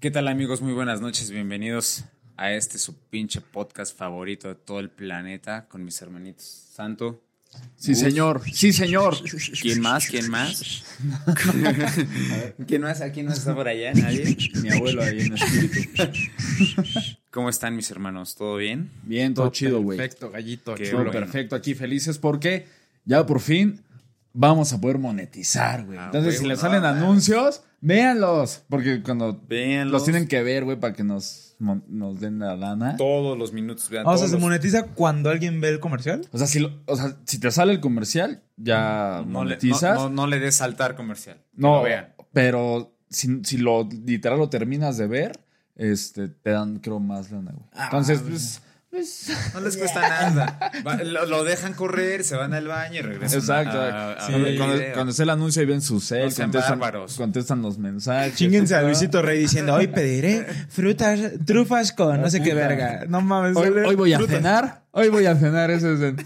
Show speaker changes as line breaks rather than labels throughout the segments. ¿Qué tal amigos? Muy buenas noches, bienvenidos a este su pinche podcast favorito de todo el planeta con mis hermanitos Santo.
Sí,
Gus.
señor. Sí, señor.
¿Quién más? ¿Quién más? A ver, ¿Quién más? ¿A quién más está por allá? ¿Nadie?
Mi abuelo ahí en espíritu.
¿Cómo están mis hermanos? ¿Todo bien?
Bien, todo chido, güey.
Perfecto, gallito.
Qué
Todo
bueno.
perfecto aquí, felices porque ya por fin vamos a poder monetizar, güey.
Ah,
Entonces,
güey,
si
no
les salen
mames.
anuncios, véanlos. Porque cuando
Véanlos.
los tienen que ver, güey, para que nos, mon- nos den la lana.
Todos los minutos. Vean,
o sea,
todos
¿se
los-
monetiza cuando alguien ve el comercial?
O sea, si, lo- o sea, si te sale el comercial, ya
no, le,
monetizas.
no- no- no le des saltar comercial. Que
No,
lo vean.
pero si, si lo literal lo terminas de ver, este, te dan, creo, más lana, güey.
Ah,
Entonces, pues, pues,
No les cuesta nada. Va- lo, lo dejan correr, se van al baño y regresan.
Exacto.
a- a- a
Sí,
ver el
ah, cuando,
video.
cuando está el anuncio y ven su cel,
No sean
contestan,
bárbaros.
contestan los mensajes.
Chinguense a
¿no?
Luisito Rey diciendo, hoy pediré frutas, trufas con no sé qué verga. No mames.
Hoy,
sale
hoy voy a
frutas.
cenar. Hoy voy a cenar. Ese es el-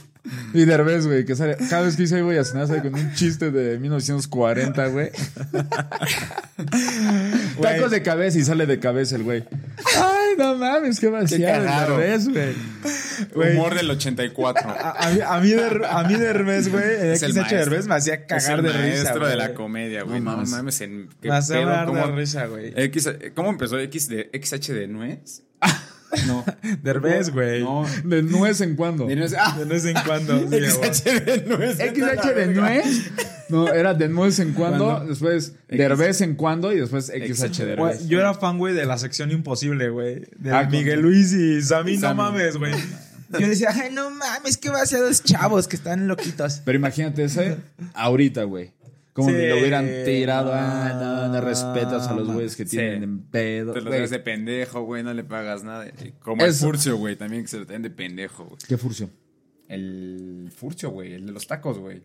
Y Derbez, güey, que sale. Cada vez que dice hoy voy a cenar, sale con un chiste de 1940, güey. Tacos de cabeza y sale de cabeza el güey. Ay, no mames, qué vaciado
cagado.
el Derbez, güey.
Güey.
Humor del 84.
A, a mí, a mí Der- a mí Derbez, güey, el
Es el
XH
maestro.
Derbez me hacía cagar de risa.
maestro
güey.
de la comedia, güey.
No
No
mames.
mames. en- qué
Me hacía
pedo,
cagar de
cómo- Eh,
risa, güey.
X, ¿Cómo empezó X de XH de nuez? No.
Derbez, güey.
No.
De nuez en cuando.
De nuez. Ah,
De vez en cuando. sí, güey.
XH de nuez.
XH de nuez. No, era de nuez en cuando, después Derbez en cuando y después XH de
Güey,
Derbez.
yo era fan, güey, de la sección imposible, güey. De
Ah,
Miguel
con-
Luis y Sammy, no
Sammy.
mames, güey. Yo decía, ay, no mames, qué vaciados chavos que están loquitos.
Pero imagínate ese ahorita, güey. Como
Sí,
si lo hubieran tirado.
no,
Ah, no, no respetas a los
no,
güeyes que
sí.
tienen en pedo.
Te lo
Güey,
das de pendejo, güey. No le pagas nada. Y Como el
Eso.
furcio, güey. También que se lo den de pendejo, güey.
¿Qué furcio?
El furcio, güey. El de los tacos, güey.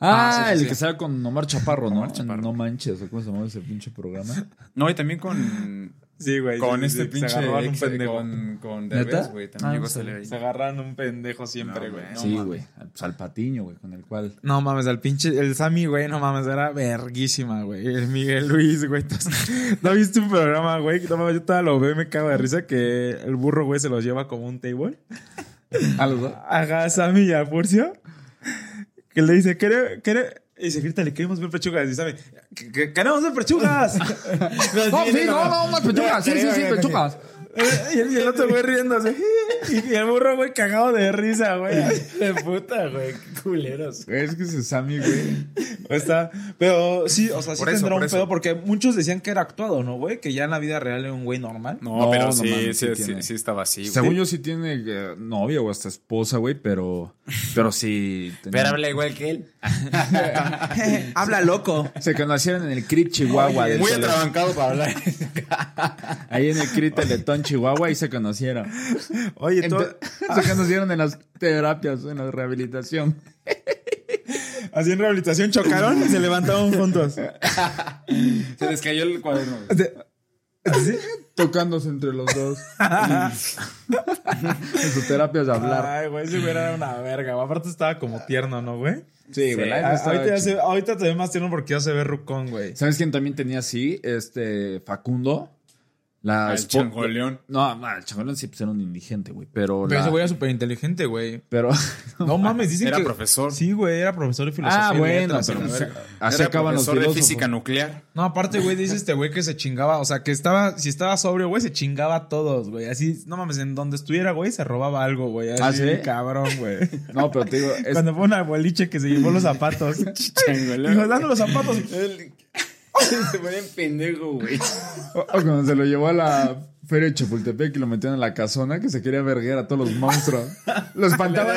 Ah,
Ah, sí, sí,
el
sí.
que estaba con Omar Chaparro, ¿no?
Omar Chaparro.
No manches, ¿o ¿cómo se llamaba ese pinche programa?
No, y también con.
Sí, güey.
con
sí, sí,
este
sí,
pinche.
Se agarraron un
ex-
pendejo.
Con, con
¿Neta?
Derbez, güey. También
Ah,
llegó
no
a salir
Se
ahí.
agarran un pendejo siempre,
No,
güey.
güey.
No,
sí,
mames.
güey. Pues al patiño, güey, con el cual.
No mames, al pinche. El Sammy, güey, no mames, era verguísima, güey. El Miguel Luis, güey. entonces, ¿No viste un programa, güey? No mames, yo todavía lo veo y me cago de risa que el burro, güey, se los lleva como un table.
A Ah, los dos.
Ajá, Sammy y a Furcio. Que le dice, "Quere- quere-" Y se grita, le queremos ver pechugas. Y Sammy, "Que- que- queremos ver pechugas.
No, sí, no, no, unas pechugas. Sí, sí, sí,
Sí, sí,
pechugas.
eh, y, el, y el otro güey riéndose. Y, y el burro, güey, cagado de risa, güey. De puta, güey. Qué culeros.
Güey, es que ese Sammy, güey.
O sea, pero sí, o sea, sí
Por eso,
tendrá
por
un
eso.
pedo porque muchos decían que era actuado, ¿no, güey? Que ya en la vida real era un güey normal.
No,
No,
pero
no
sí,
mames, sí
sí, sí,
tiene.
sí estaba así, güey.
Según yo sí tiene eh, novia o hasta esposa, güey, pero. Pero sí. tenía-
Pero habla igual que él.
Habla loco.
Se conocieron en el CRIP Chihuahua. del
Muy
Tele-
atrabancado para hablar.
Ahí en el CRIP Teletón Chihuahua y se conocieron.
Oye, tú,
Ento- se conocieron en las terapias, en la rehabilitación.
así en rehabilitación chocaron y se levantaron juntos.
Se les cayó el cuaderno. güey.
Tocándose entre los dos. en sus terapias de hablar.
Ay, güey, ese güey era una verga. güey. Aparte estaba como tierno, ¿no, güey?
Sí,
güey, la
A- Ahorita, ya se- ahorita te ve más tierno porque ya se ve rucón, güey.
¿Sabes quién también tenía así? Este, Facundo. La
Al
espo-
changoleón.
No, no, el changoleón sí pues, era un indigente, güey. Pero,
Pero
la-
ese güey era súper inteligente, güey.
pero-
No mames, dicen
Era
que-
profesor.
Sí, güey, era profesor de filosofía.
ah,
y
bueno,
letras,
pero
a la
pues,
verga.
así
Era
acaban los
profesor de
filósofos.
física nuclear.
No, aparte, güey, dice este güey que se chingaba. O sea, que estaba, si estaba sobrio, güey, se chingaba a todos, güey. Así, no mames, en donde estuviera, güey, se robaba algo, güey. Así,
¿Ah, sí?
cabrón, güey.
No, pero te digo, es-
Cuando fue una boliche que se llevó los zapatos.
¿eh?
Dijo, dame los zapatos.
Se ponen pendejo, güey.
O, o cuando se lo llevó a la feria de Chapultepec y lo metieron en la casona que se quería verguer a todos los monstruos. Lo espantaban.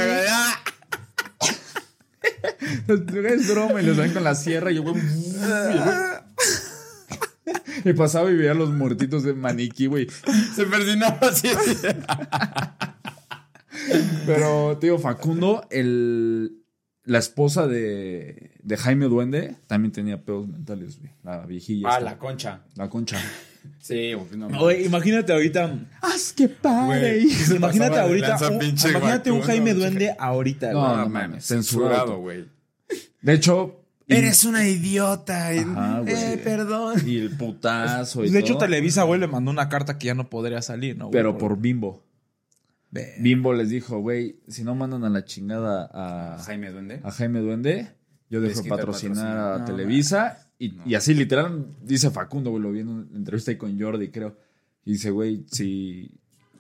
es broma y los dan con la sierra y yo, güey. Y pasaba y veía a los muertitos de maniquí, güey.
Se persinaba así.
Pero, te digo, Facundo, el, la esposa de, de Jaime Duende, también tenía pedos mentales, güey. Ah, La viejilla.
Ah,
esta,
concha.
la concha.
Sí, güey. pues, No,
Güey, imagínate ahorita.
¡Haz que pare!
Güey. se
Imagínate
pasaba de
ahorita.
lanza,
un-
pinche
imagínate un
Guacuno,
Jaime
pinche-
Duende ahorita,
No,
güey.
mames, censurado.
güey.
De hecho,
Eres una idiota. y-
Ajá, güey.
eh, perdón.
Y el putazo y
De hecho,
todo.
Televisa, güey, le mandó una carta que ya no podría salir, ¿no? güey?
Pero por Bimbo.
Ve.
Bimbo les dijo, güey, si no mandan a la chingada a,
Jaime Duende.
a Jaime Duende, yo
Les
dejo
quita el
patrocinar
patrocinio.
a
No,
Televisa. Y,
No.
y así literal dice Facundo, güey, lo vi en una entrevista ahí con Jordi, creo. Y dice, güey, si...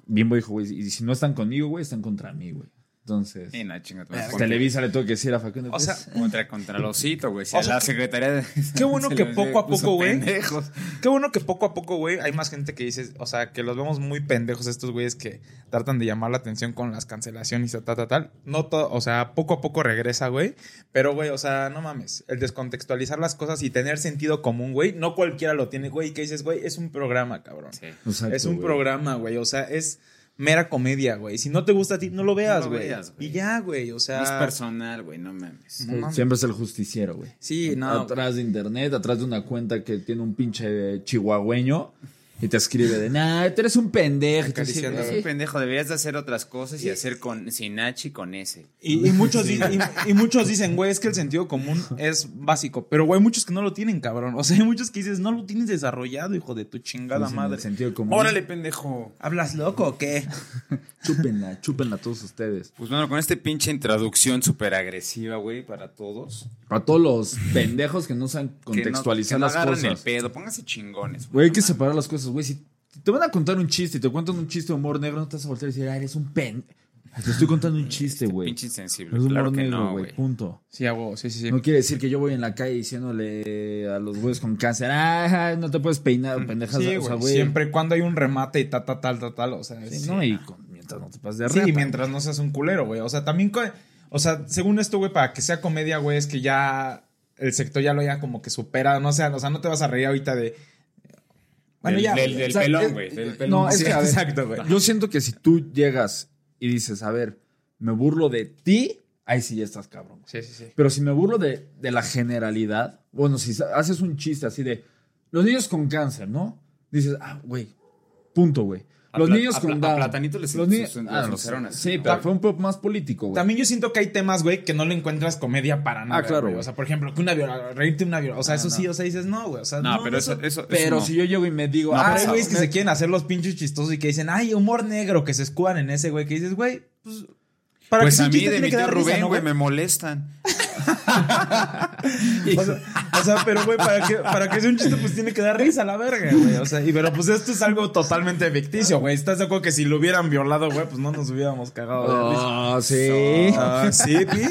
Bimbo dijo, güey, y si no están conmigo, güey, están contra mí, güey. Entonces,
Sí, no, chinga tu
Verga.
madre.
pues, Televisa le tuvo que decir a Facundo.
O sea,
pues,
Contra, contra el osito, güey. Si
O
a
sea,
la secretaría de-
qué bueno
se
que
los
poco a
puso
poco, güey.
pendejos.
Qué bueno que poco a poco, güey, hay más gente que dice, o sea, que los vemos muy pendejos estos güeyes que tratan de llamar la atención con las cancelaciones y tal, tal, tal. No todo, o sea, poco a poco regresa, güey. Pero, güey, o sea, no mames. El descontextualizar las cosas y tener sentido común, güey, no cualquiera lo tiene, güey. Que dices, güey, es un programa, cabrón.
Sí.
exacto,
es un
güey.
programa, güey. O sea, es mera comedia, güey. Si no te gusta a ti, no lo veas,
lo
güey.
veas, güey.
y ya, güey, o sea.
No es personal, güey, no mames.
No mames.
Siempre es el justiciero, güey.
Sí, no.
atrás de internet, atrás de una cuenta que tiene un pinche chihuahueño y te escribe de, nah, tú eres un pendejo. Y tú así,
Acariciando.
Eres
"Güey".
un pendejo, deberías de hacer otras cosas y hacer con sin H y con S.
Y, y muchos, di- y, y muchos dicen, güey, es que el sentido común es básico. Pero, güey, hay muchos que no lo tienen, cabrón. O sea, hay muchos que dices, no lo tienes desarrollado, hijo de tu
Dicen
chingada
Pues en
madre.
el sentido común.
Órale, pendejo.
¿Hablas loco o qué?
Chúpenla, chúpenla todos ustedes.
Pues bueno, con este pinche introducción súper agresiva, güey, para todos.
A todos los pendejos que no saben
Que no-
contextualizar
que no
las
agarren el
cosas.
pedo, pónganse chingones.
Güey, hay que separar las cosas, güey. Si te van a contar un chiste y te cuentan un chiste de humor negro, no te vas a voltear y decir, ah, eres un pendejo. Te estoy contando un chiste, güey.
Este Pinche insensible,
es humor
claro que
negro,
pues no,
güey.
güey.
punto.
Sí, hago, sí, sí, sí.
No quiere decir que yo voy en la calle diciéndole a los güeyes con cáncer, ah, no te puedes peinar, pendejas.
Sí,
o sea,
güey,
güey.
Siempre y cuando hay un remate y tal, tal, tal, tal, tal. O sea,
Sí,
sí.
¿no? Y con- mientras no te pases de
Sí,
reata.
mientras no seas un culero, güey. O sea, también. co- O sea, según esto, güey, para que sea comedia, güey, es que ya el sector ya lo haya como que supera. No sé, o sea, no te vas a reír ahorita de. Bueno,
Del-
ya.
del-
güey.
del
O sea,
pelón,
eh,
güey, del
eh,
pelón.
No, es
Sí,
que, a ver,
exacto, Yo siento que si tú llegas y dices, a ver, me burlo de ti, ahí sí ya estás cabrón. güey.
Sí, sí, sí.
Pero si me burlo de, de la generalidad, bueno, si sa- haces un chiste así de los niños con cáncer, ¿no? Dices, ah, güey, punto, güey.
A
Los
Pla-
niños
a
con
Pla- a
Down.
Platanito les-
los ni-
sus- sus-
ah,
los
no,
hicieron así,
Sí,
¿no?
pero fue un poco más político, güey.
También yo siento que hay temas, güey, que no le encuentras comedia para nada.
claro,
güey.
güey.
O sea, por ejemplo, que una viola, reírte de una viola. O sea, eso sí, o sea, dices, no, güey. O sea,
No, pero eso, eso, eso
Pero
no.
si yo llego y me digo,
No,
ah,
Ah,
pero
hay
eso-
güeyes que se quieren hacer los pinches chistosos y que dicen, ay, humor negro, que se escudan en ese, güey. Que dices, güey, pues. Para
Pues
que
a
sea un
mí
chiste
de
tiene
mi
que
tío
dar risa,
Rubén,
¿no,
güey, me molestan.
O sea, o sea, pero güey, para que, para que sea un chiste, pues tiene que dar risa la verga, güey. O sea, y pero pues esto es algo totalmente ficticio, güey. ¿Estás de acuerdo que si lo hubieran violado, güey, pues no nos hubiéramos cagado de risa?
ah, sí.
Ah, sí, pi.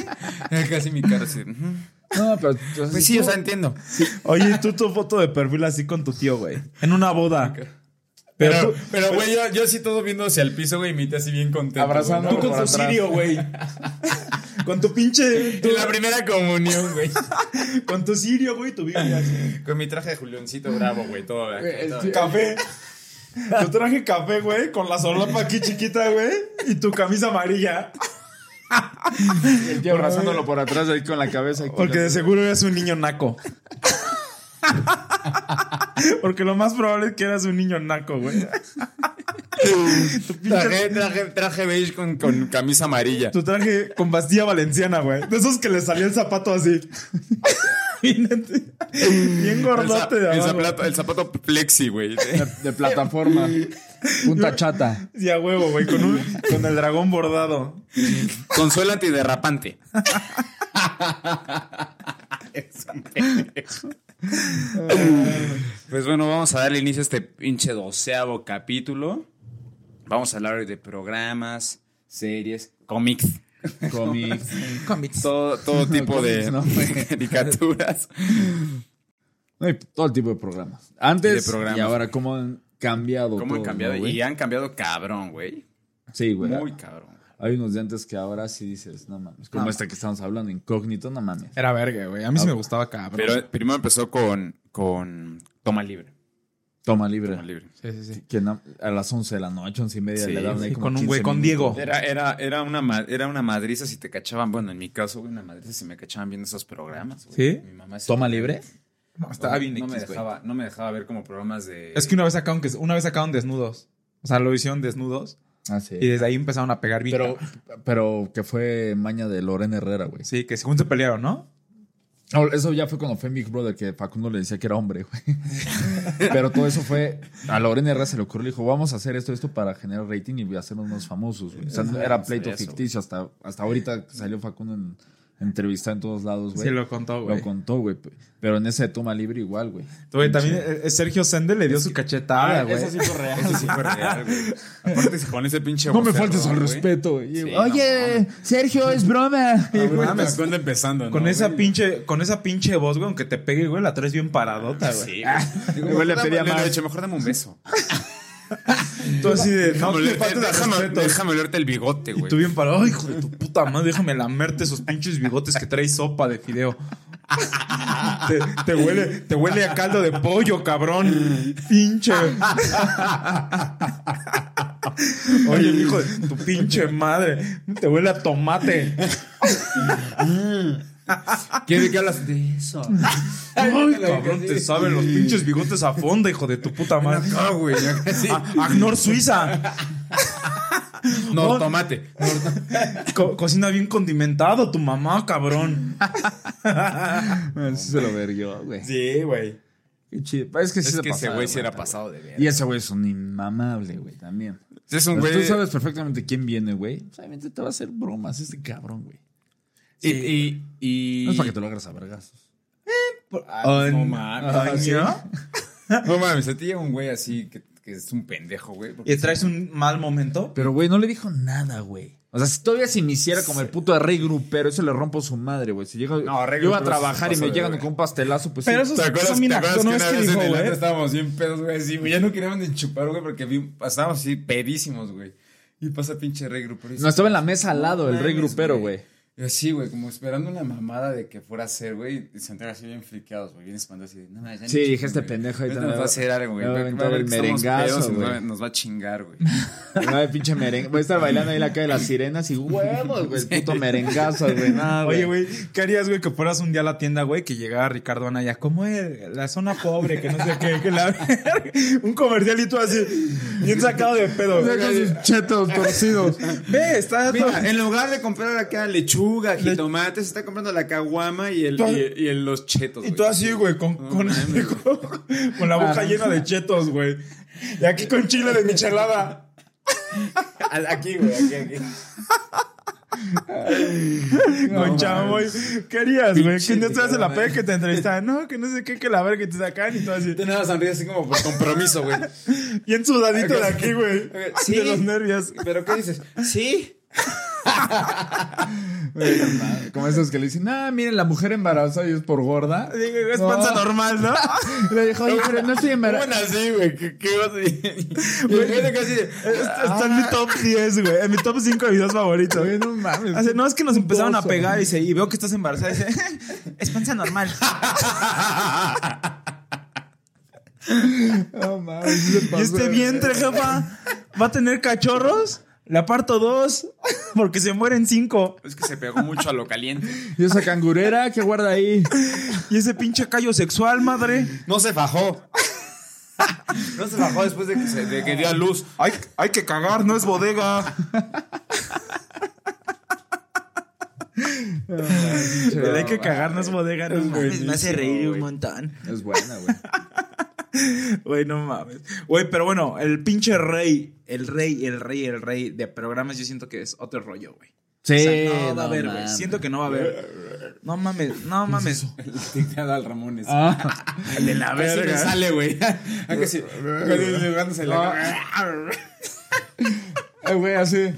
Casi mi cara así.
No, pero
Pues sí, o sea, entiendo.
Oye, tú tu foto de perfil así con tu tío, güey. En una boda. Pero, tú-
Pero, pues güey, yo, yo sí todo viendo hacia el piso, güey, y me así bien contento.
abrazando
güey, ¿no?
con tu
por atrás.
sirio, güey. Con tu pinche. tu-
En la primera comunión, güey.
con tu sirio, güey, tu Biblia. así.
Con mi traje de Julioncito Bravo, güey, todo. acá, todo.
Café. Yo traje café, güey, con la solapa aquí chiquita, güey. Y tu camisa amarilla.
el tío abrazándolo por atrás ahí con la cabeza. y con
Porque
la-
de seguro eras un niño naco. Porque lo más probable es que eras un niño naco, güey. Tu pinche.
Traje, traje, traje beige con, con camisa amarilla.
Tu traje con bastilla valenciana, güey. De esos que le salió el zapato así. Bien
El, za-
gordote de
el
abajo.
zapato, el zapato plexi, güey.
de, de plataforma. Punta chata.
Sí, a huevo, güey. Con, un- con el dragón bordado.
Consuelo antiderrapante. pues bueno, vamos a darle inicio a este pinche doceavo capítulo. Vamos a hablar de programas, series, cómics,
Cómics.
todo, todo tipo de
Cómics, ¿no?
caricaturas.
No, y todo el tipo de programas. Antes
De programas.
y ahora, ¿cómo han cambiado?
¿Cómo han
todo,
cambiado?
no, güey?
y han cambiado cabrón, güey.
Sí, güey.
Muy cabrón.
Hay unos de antes que ahora sí dices, no mames. Como
No.
esta que estamos hablando, incógnito, no mames.
Era verga, güey. A mí sí me gustaba cabrón.
Pero primero empezó con, con Toma Libre.
Toma libre.
Toma Libre.
Sí, sí, sí.
Que na- a las 11 de la noche, 11 y media
Sí,
le daban ahí
sí,
como
con un
15
güey, con
minutos.
Diego.
Era, era, era, una, ma- era una madriza si te cachaban, bueno, en mi caso, güey, una madriza si me cachaban viendo esos programas. güey.
¿Sí?
Mi mamá se-
¿Toma libre?
No, estaba bien
no, me
X, güey.
dejaba, no me dejaba ver como programas de...
Es que una vez sacaron que una vez sacaron desnudos. O sea, lo hicieron desnudos
Ah, sí.
y desde ahí empezaron a pegar bien.
Pero,
cabrón.
pero que fue maña de Lorena Herrera, güey.
sí, que según se pelearon, ¿no?
No, eso ya fue cuando fue en Big Brother que Facundo le decía que era hombre, güey. Pero todo eso fue. A Lorena Herrera se le ocurrió, le dijo, vamos a hacer esto, esto para generar rating y hacernos más famosos, güey. O sea,
Ajá,
era
no
pleito
sabía eso,
ficticio. Hasta, hasta ahorita salió Facundo en entrevista en todos lados, güey.
Sí, lo contó,
Lo
güey.
contó, güey. Pero en ese de toma libre igual, güey.
Güey, también eh, Sergio Sende le dio su cachetada, güey.
Ah, Eso sí fue real. Eso sí fue real, güey. Aparte, con ese pinche
No me
vocerrón,
faltes al
güey.
respeto, Ah, güey.
Sí,
Oye, Sergio, es broma.
No mames, ¿cuándo empezando?
Con
no,
esa
güey?
pinche, con esa pinche voz, güey, aunque te pegue, güey, la traes bien paradota, güey.
Sí, güey. Digo,
Igual le
mejor
pedía
dame-
más.
he dicho, mejor dame un beso.
Tú así de, no,
Déjame,
le
oler-
faltas al
déjame-
respeto.
déjame olerte el bigote,
Y
güey.
tú bien parado, "Ay, hijo de tu puta madre, déjame lamerte esos pinches bigotes que traes sopa de fideo. Te, te huele, te huele a caldo de pollo, cabrón. Pinche. Oye, hijo de tu pinche madre, te huele a tomate.
Ah, ¿Qué de qué hablas de eso?
Ay, cabrón, te saben los pinches bigotes a fondo, hijo de tu puta madre.
No, güey. ya casi.
A- Agnor Suiza.
No, tomate.
Co- cocina bien condimentado tu mamá, cabrón.
Ah,
Así se lo verguió, güey.
Sí, güey.
Qué chido. Es que sí
Es
se
que ese
pasaron,
güey sí era
güey.
pasado de verga.
Y ese güey es un inmamable, güey, también.
Es un
Pues Tú
güey.
sabes perfectamente quién viene, güey. Obviamente te va a hacer bromas este cabrón, güey.
Y. y, y-
No es para que te lo agarres a vergas.
Ay, no
Ay, ay,
mames. Ah,
¿no?
No mames, a ti llega un güey así que, que es un pendejo, güey. porque-
¿Y traes un mal momento?
Pero, güey, no le dijo nada, güey. O sea, si todavía se me hiciera como el puto de Rey Grupero, eso le rompo su madre, güey. Si llega,
No, Rey
yo iba
Grupero
a
se
trabajar y
pasó
me
de
llegan
verga.
con un pastelazo, pues
Pero
sí.
eso
¿Te acuerdas,
son
te
bien
acuerdas
acto- no
que
es
una
que
vez
dijo,
en el
güey?
antro estábamos bien pedos, güey? Sí, güey, ya no queríamos ni chupar, güey, porque vi- estábamos así pedísimos, güey. Y pasa pinche Rey Grupero. y
No, estaba en la mesa al
No
lado, el Rey
mames,
Grupero, güey.
Y así, güey, como esperando una mamada de que fuera a ser, güey. Y se entera así bien friqueados, güey, bien espantados. Así de, no, mames, ya ni
Sí, dije,
chupen,
este
güey.
pendejo ahorita
Ahorita
me
nos va
va-
a hacer algo, güey.
me va a
ver
aventar
que
el
estamos
merengazo,
pedos y nos va-
güey.
Nos va a chingar, güey.
Ay, pinche merengue. Voy a estar bailando ahí en la calle de las sirenas y huevos, güey. El puto merengazo, güey.
Ah,
No,
Oye, güey, ¿qué harías, güey, que fueras un día a la tienda, güey, que llegara Ricardo Anaya? ¿Cómo es? La zona pobre, que no sé qué, que la... un comercial y tú así, bien sacado de pedo.
Ve con sus chetos torcidos.
Ve, está...
Mira, en lugar de comprar acá lechuga, jitomate, se está comprando la caguama y, el,
Tú-
y, el- y el- los chetos.
Y tú así, güey, con, con,
mames, Ah.
con, con la boca llena de chetos, güey. Y aquí con chile de michelada.
Aquí, güey, aquí, aquí.
con chamoy. ¿Qué harías, güey?
Pinche
¿Quién te hace la
Ricardo
pega que te entrevistan? No, que no sé qué, que la verga que te sacan y todo así.
Tenía la sonrisa así como por compromiso, güey.
Bien sudadito de aquí, güey.
Ok, sí.
De los nervios.
¿Pero qué dices? Sí.
Como esos que le dicen, ah, miren, la mujer embarazada y es por gorda.
Digo, es panza
No.
normal, ¿no?
Le dijo, oye, pero no estoy
Ah, Bueno,
embarazada.
así, güey. ¿Qué, qué vas a decir? Güey, fíjate que así de-
Está
Ah.
en mi top 10, güey. En mi top 5 de videos favoritos.
Oye, no mames.
Hace, no, es que nos empezaron a
Putoso.
pegar dice, y veo que estás embarazada. Dice, es panza normal.
No mames. sí se
Y
Pues,
pasó
este
de-
vientre, jefa, va a tener cachorros. La parto dos porque se mueren cinco.
Es que se pegó mucho a lo caliente.
Y esa cangurera que guarda ahí.
Y ese pinche callo sexual, madre.
No se fajó. No se fajó después de que, se, de que dio a luz.
Hay, hay que cagar, no es bodega. El hay que cagar, no es bodega. No mames, me hace reír un montón.
Es buena, güey.
Güey, no mames. Güey, pero bueno, el pinche rey, el rey, el rey, el rey de programas, yo siento que es otro rollo, güey.
Sí,
O sea, no va a
no
haber, güey.
mames.
Siento que no va a haber. No mames, no mames.
Tigre al Ramones.
Ah,
El de la
verga. Ah.
me sale, güey. Ah, que sí. Levantándose la
eh, güey, así.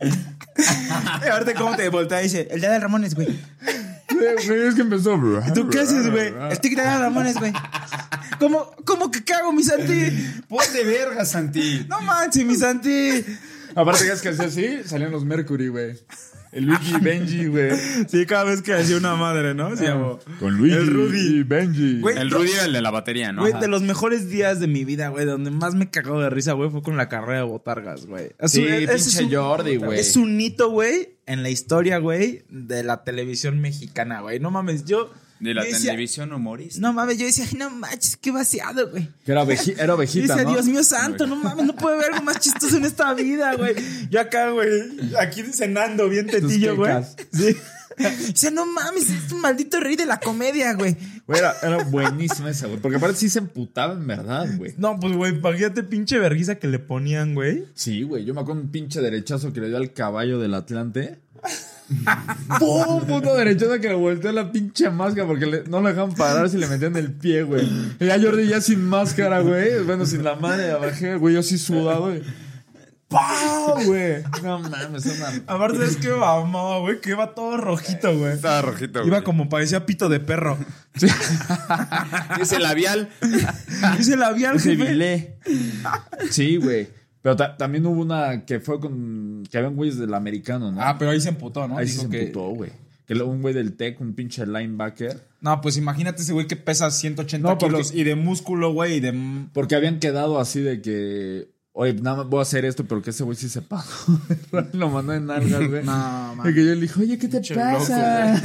Y ahorita cómo te voltea y dice, el día de Ramones, güey.
Sí, güey, es que empezó.
¿Y ¿Tú qué haces, güey? Estoy gritando a Ramones, güey. ¿Cómo, ¿Cómo que cago, mi Santi?
Ponte verga, Santi.
No manches, mi Santi.
Aparte que es que hacía así, salían los Mercury, güey. El Luigi y Benji, güey.
Sí, cada vez que hacía una madre, ¿no? Se llamó.
Con Luigi
El Rudy.
y Benji.
Güey,
El Rudy, el de la batería, ¿no?
Güey, de los mejores días de mi vida, güey, donde más me cagó de risa, güey, fue con la carrera de Botargas, güey. Es
Sí,
un- ese es
pinche
un-
Jordi, güey.
Es un hito, güey, en la historia, güey, de la televisión mexicana, güey. No mames, yo.
De la
yo decía-
televisión humorista.
No mames, yo decía, ay, no manches, qué vaciado, güey.
Que era, oveji- era
Yo
ovejita,
decía,
¿no?
Dios mío santo, no mames, no puede haber algo más chistoso en esta vida, güey. Yo acá, güey, aquí cenando bien
Tus
tetillo, güey.
quecas.
Sí. Dice, no mames, es un maldito rey de la comedia, güey.
Güey, era, era buenísima esa, güey. Porque aparte sí se emputaba en verdad, güey.
No, pues, güey, imagínate pinche vergüenza que le ponían, güey.
Sí, güey. Yo me acuerdo un pinche derechazo que le dio al caballo del Atlante. ¡Pum! Puto derechazo que le volteó la pinche máscara porque le- no lo dejaban parar si le metían el pie, güey. Y ya Jordi ya sin máscara, güey. Bueno, sin la mano ya bajé, güey. Yo sí sudado, güey. ¡Pah, güey! No mames, es una...
Aparte, es que mamaba, güey, que iba todo rojito, güey.
Estaba rojito, güey.
Iba como parecía pito de perro.
Ese labial.
Ese labial,
Ese
jefe.
bilé. Sí, güey. Pero ta- también hubo una que fue con... Que habían güeyes del americano, ¿no?
Ah, pero ahí se emputó, ¿no?
Ahí sí
Dijo
se
que-
emputó, güey. Que luego un güey del Tec, un pinche linebacker.
No, pues imagínate ese güey que pesa 180
No, porque-
kilos y de músculo, güey, y de... m-
Porque habían quedado así de que... Oye, nada más voy a hacer esto, pero que ese güey sí se pasó. Lo mandó en nalgas, güey.
No, man.
Y que yo le dije, oye, ¿qué te
Pinche
pasa?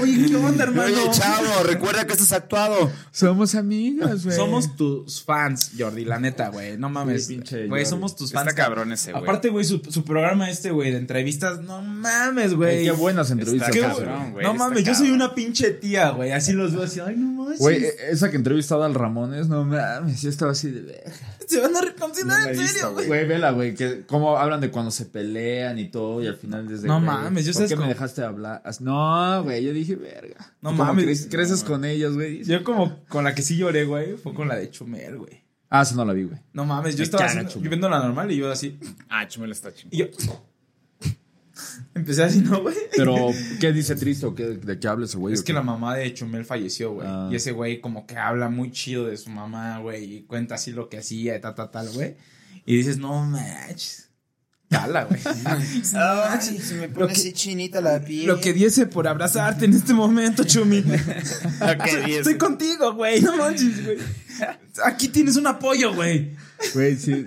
Oye, ¿qué onda, hermano?
Oye, chavo, recuerda que estás actuado.
Somos amigas, güey.
Somos tus fans, Jordi, la neta, güey. No mames.
Sí, pinche
Güey,
Jordi.
somos tus fans.
Está cabrón
este
ese, güey.
Aparte, güey, su, su programa este, güey, de entrevistas, no mames,
Güey,
güey.
qué buenas entrevistas.
Está
hace,
cabrón,
güey.
güey,
no
está
mames, yo soy
cabrón.
una pinche tía, güey. Así los veo así, ay, no mames.
Güey, e- esa que entrevistaba al Ramones, no mames, yo estaba así de... "Verga".
se van a reconciliar, en serio, güey.
Güey, vela, güey, que cómo hablan de cuando se pelean y todo, y al final desde.
No
güey,
mames, yo
¿Por
sabes
qué
cómo-
me dejaste hablar? As- No, güey, yo dije, verga.
No
Y como
mames.
cre- creces con ellos, güey.
Yo como con la que sí lloré, güey, fue con la de Chumel, güey.
Ah, eso no la vi, güey.
No mames, yo
Me
estaba
caga
haciendo-
Chumel.
viendo la normal y yo así,
Ah, Chumel está chingón.
y yo... Empecé así, ¿no, güey?
Pero, ¿qué dice triste o qué, de qué habla ese güey?
Es
o
que
qué?
la mamá de Chumel falleció, güey.
Ah.
Y ese güey como que habla muy chido de su mamá, güey. Y cuenta así lo que hacía y tal, tal, tal, güey. Y dices, no manches. Cala, güey. No manches.
me
pone así
chinita la piel.
Lo que diese por abrazarte en este momento, Chumi. Estoy contigo, güey. No manches, güey. Aquí tienes un apoyo, güey.
Güey, sí.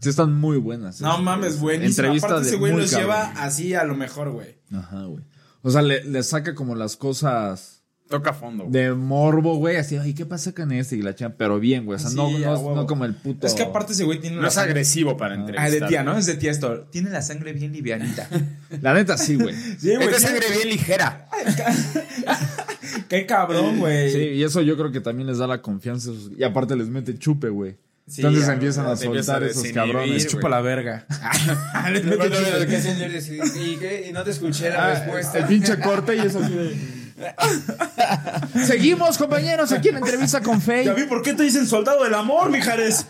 sí están muy buenas.
No
esas,
mames,
güey.
buenísimo.
Entrevistas
Aparte
de
ese güey
muy
los
cabrón.
lleva así a lo mejor, güey.
Ajá, güey. O sea, le, le saca como las cosas
Toca fondo, güey.
de morbo, güey. Así, ay, ¿qué pasa con este? Y la chan, pero bien, güey. O sea,
Sí,
no,
a
no,
huevo.
no como el puto.
Es que aparte ese güey tiene
No es
sangre.
agresivo para entrevistar.
Ah, de tía, ¿no? Es de tía esto. Tiene la sangre bien livianita.
La neta, sí, güey.
Sí,
Esta
güey. Ah,
es sangre bien ligera.
Qué cabrón, güey.
Sí, y eso yo creo que también les da la confianza. a sus- Y aparte les mete chupe, güey.
Sí,
Entonces
ya,
empiezan
güey,
a
se empieza a
soltar esos
desinhibir,
cabrones.
güey.
Chupa la verga. Les
No,
mete
no, no,
chupa.
no, ¿qué, señor? ¿Y, qué? ¿Y no te escuché la
Ah,
respuesta.
el pinche corte y eso así de- Seguimos, compañeros, aquí en la entrevista con
Ya
Faye.
vi por qué te dicen soldado del amor, mijares.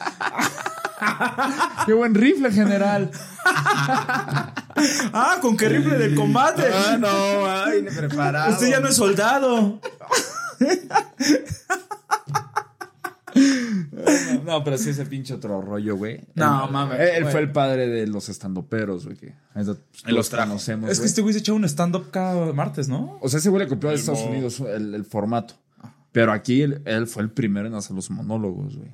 Qué buen rifle, general.
Ah, con qué rifle del combate.
Ah,
Ah,
no, ay, preparado.
Usted ya no es soldado.
No, pero sí ese pinche otro rollo, güey.
No,
Él-
mames,
Él, él
güey.
fue el padre de los estandoperos, güey. que a esa-
Él los
Los
trajo.
conocemos,
Es que
güey.
este güey se echa un stand-up cada martes, ¿no?
O sea, ese güey le copió a Estados
mo-
Unidos el, el formato. Pero aquí él, él fue el primero en hacer los monólogos, güey.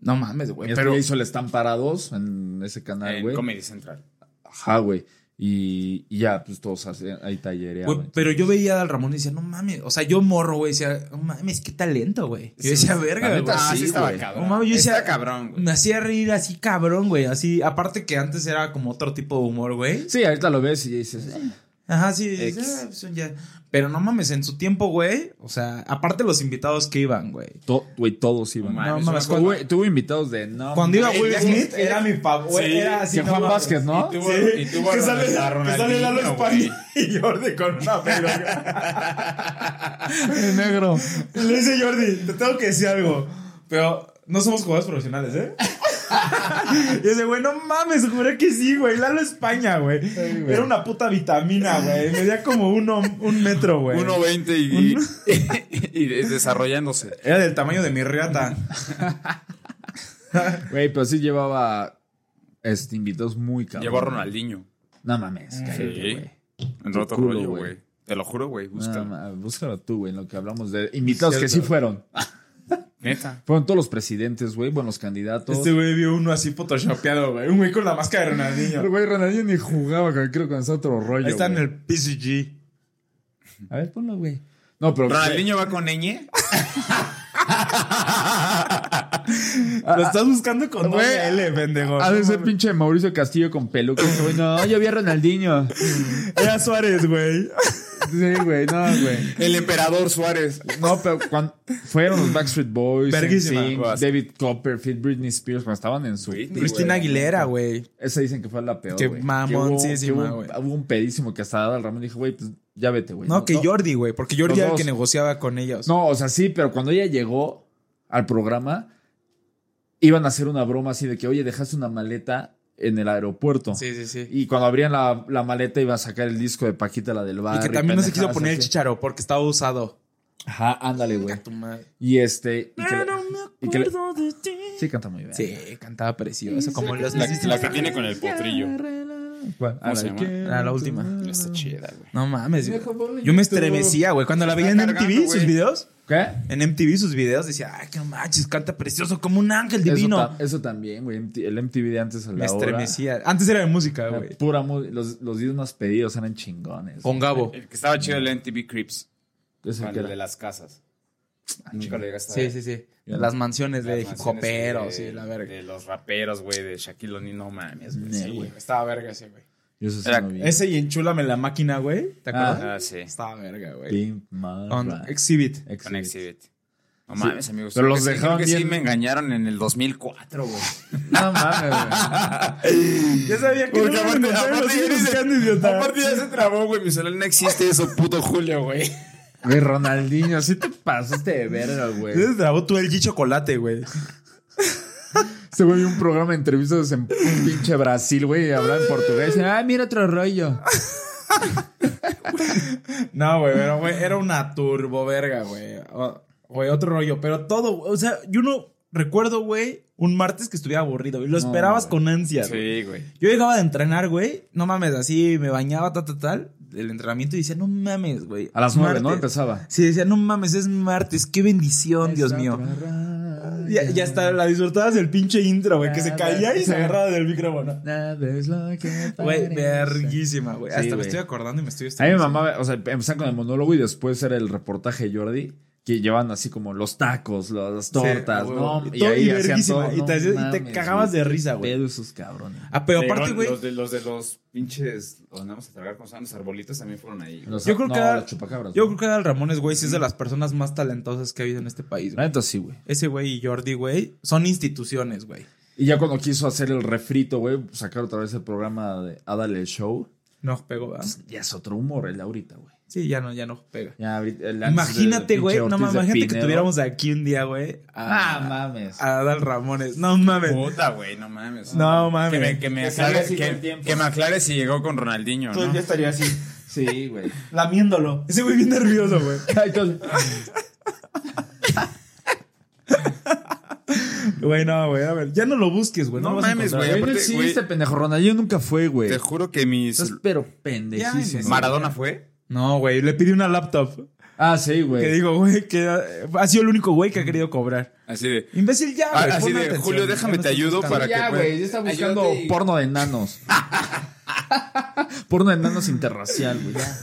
No mames, güey.
Pero
Pero
hizo el Estampara 2 en ese canal,
Ah,
En
güey.
Comedy Central.
Ajá, güey. Y, y ya, pues todos hacían, ahí tallereaban.
Güey, pero yo veía al Ramón y decía, no mames. O sea, yo morro, güey. Decía, no mames, qué talento, güey. Yo decía, verga,
la
güey.
neta,
Ah, sí,
sí,
estaba
güey.
cabrón.
No mames, yo
Está
decía-
cabrón, güey.
Me hacía reír así, cabrón, güey. Así, aparte que antes era como otro tipo de humor, güey.
Sí, ahorita lo ves y dices, eh,
Ajá, sí.
X.
ah, son ya. Pero no mames, en su tiempo, güey. O sea, aparte los invitados que iban, güey.
to- güey, todos iban.
No
No
Mames,
mames,
una
cuando-
Tuve, tuve invitados de no.
Cuando iba
Güey,
Will
ya que-
Smith, era mi papá.
Sí,
Era así,
que
no
Juan
mames.
Vázquez, ¿no?
Y tuvo-
Sí,
y tuvo a
que sale,
Ronald- a
que sale
Ronaldinho,
Lalo
güey.
España y Jordi con una peluca.
El negro.
Le dice Jordi, te tengo que decir algo, pero no somos jugadores profesionales, ¿eh? Y ese güey, no mames, juré que sí, güey. Lalo España, güey.
güey.
Era una puta vitamina, güey. Medía como uno, un metro, güey.
1.20 y, y, y desarrollándose.
Era del tamaño de mi riata.
Güey, pero sí llevaba este, invitados muy cabrón.
Llevó a Ronaldinho.
No mames,
Mm.
cállate,
Sí.
güey.
En roto
culo,
rollo,
güey.
güey. Te lo juro, güey.
No,
Búscalo.
ma- búscalo tú, güey, en lo que hablamos de invitados que sí fueron.
Neta.
Fueron todos los presidentes, güey, buenos candidatos.
Este güey vio uno así photoshopeado, güey. Un güey con la máscara de
Pero,
Ronaldinho.
güey, Ronaldinho ni jugaba, creo que con ese otro rollo.
Ahí está en
güey.
el PCG.
A ver, ponlo, güey. No, pero.
¿Ronaldinho va con Ñe?
Lo estás buscando con
Ah, Güey,
doble L, pendejo.
Ha de ser pinche Mauricio Castillo con peluca. Ese güey, no, yo vi a Ronaldinho.
Era Suárez, güey.
Sí, güey, no, güey.
El emperador Suárez.
No, pero cuando fueron los Backstreet Boys,
Verguísima.
NSYNC, David Copperfield, Britney Spears, cuando estaban en su...
Britney,
Cristina Aguilera, güey.
Esa dicen que fue la peor,
Qué
güey.
mamoncísima,
Que hubo-
güey.
que Hubo, un- hubo un pedísimo que hasta Adal Ramón dijo, güey, pues ya vete, güey.
No, que Jordi, güey, porque Jordi
Los
era el
dos.
que negociaba con ellos.
No, o sea, sí, pero cuando ella llegó al programa, iban a hacer una broma así de que, oye, dejaste una maleta en el aeropuerto.
Sí, sí, sí.
Y cuando abrían la, la maleta iba a sacar el disco de Paquita, la del
Y
bar.
que también no se quiso
pendejadas
poner el
así.
chicharo porque estaba usado.
Ajá, ándale, güey.
Chinga tu madre.
Y este. Y que le- y que le-
de ti.
sí, canta muy bien.
Sí, cantaba precioso. Como los
La, la que tiene con el potrillo.
¿Cuál?
¿Cómo se llama?
Era Ah, la última.
Está chida, güey.
No mames. güey. Yo me estremecía, güey. Cuando la veía en MTV, sus videos.
¿Qué?
En MTV, sus videos decía, ay, qué manches, canta precioso como un ángel
Eso,
divino.
ta- eso también, güey. MT- El MTV de antes a la
Me
hora.
estremecía. Antes era de música,
Era
güey.
Pura mu- los, los 10 más pedidos eran chingones.
Con Gabo.
El que estaba chido el NTV Crips.
Ese
Con
que
el
era.
de las casas. Nunca lo llegaste a
Ah, Sí,
ver.
sí, sí.
Ya.
Las mansiones de
Las
hip
canciones
hoperos
de-
y la verga.
De los raperos, güey, de Shaquille O'Neal, no mames, güey.
Ne,
sí,
güey.
güey.
Estaba verga ese, güey.
Yo eso sí
Era-
no vi.
Ese y enchúlame la máquina, güey. ¿Te acuerdas?
Ah, sí.
Estaba verga, güey.
Pimp My
Con
Ride.
Exhibit.
Exhibit.
Con Exhibit. No mames, amigos.
Pero
creo
los
que sí,
dejaron
creo que sí
bien-
me engañaron en el 2004, güey.
No mames, güey.
Ya sabía que
Porque
no
aparte,
iban a encontrar,
aparte
lo
ya
sigo
dice-
buscando, idiota.
aparte ya se trabó, güey. Mi celular no existe eso, puto Julio, güey.
Güey, Ronaldinho, sí te pasaste de verga, güey.
Ya se trabó tú el G chocolate, güey.
Se güey vio un programa de entrevistas en pinche Brasil, güey, y hablaba en portugués. Ah, mira otro rollo.
No, güey, pero güey, era una turbo verga, güey. O- Güey, otro rollo, pero todo, o sea, yo no recuerdo, güey, un martes que estuviera aburrido y lo esperabas
güey.
con ansias. güey.
Sí, güey.
Yo llegaba de entrenar, güey, no mames, así me bañaba, tal, tal, tal, del entrenamiento y decía, no mames, güey.
A las
es
nueve, ¿no?
martes".
Empezaba.
Sí, decía, no mames, es martes, qué bendición, Dios mío. Ya, ya hasta la disfrutabas del pinche intro, güey, que se caía y se agarraba del micrófono.
Nada es lo que
Güey,
parece.
verguísima, güey.
Sí,
Hasta me
güey.
estoy acordando y me estoy
A mí mi mamá, o sea, empezaban con el monólogo y después era el reportaje de Jordi, que llevaban así como los tacos, las tortas,
Sí,
¿no?
güey. Y, todo, y
hacían
verguísima.
todo,
y te,
no
y te
mames,
cagabas
güey.
de risa, güey.
Pedo esos cabrones.
Ah, pero aparte,
Llegaron
güey.
Los de los, de los pinches. Los andamos a tragar con los arbolitos también fueron ahí. güey.
Los-
Yo creo
no,
que era-
los chupacabras.
Yo
¿no?
creo que Adal Ramones, güey, sí es de las personas más talentosas que ha habido en este país,
La
güey.
neta sí, güey.
Ese güey y Jordi, güey, son instituciones, güey.
Y ya cuando quiso hacer el refrito, güey, sacar otra vez el programa de Adale Show, pues,
No pegó, ¿verdad?
Pues,
ya es otro humor el de ahorita, güey.
Sí, ya no, ya no pega.
Ya ahorita- el antes
Imagínate,
del
güey.
pinche
No mames,
Ortiz de
imagínate que
Pinedo.
tuviéramos aquí un día, güey.
Ah,
A,
mames.
a Adal Ramones. No mames.
Puta, güey, no mames.
No mames.
Que me, que me
Que
aclares
salió así todo
que,
el tiempo.
que me aclares si llegó con Ronaldinho, ¿no?
estaría así,
Sí, güey.
lamiéndolo.
Ese güey bien nervioso, güey.
Ay, con-
Güey, no, güey. A ver, ya no lo busques, güey. No,
No
lo vas a
mames, güey.
encontrar.
Güey, no
aparte,
existe, pendejo. Ronaldinho nunca fue, güey.
Te juro que mis.
Estás pero
Ya,
pendejísimo.
en
Maradona fue.
No, güey. Le pedí una laptop.
Ah, sí,
Que
güey.
digo, güey, que eh, ha sido el único güey que ha querido cobrar.
Así de.
Imbécil, ya,
Ah,
güey.
así
ponme
de,
atención,
Julio,
güey,
déjame
ya no
te
estoy
ayudo
buscando.
para
Ya,
que
güey. Ya está buscando
Ayúdate y-
porno de enanos. porno de enanos interracial, güey. Ya.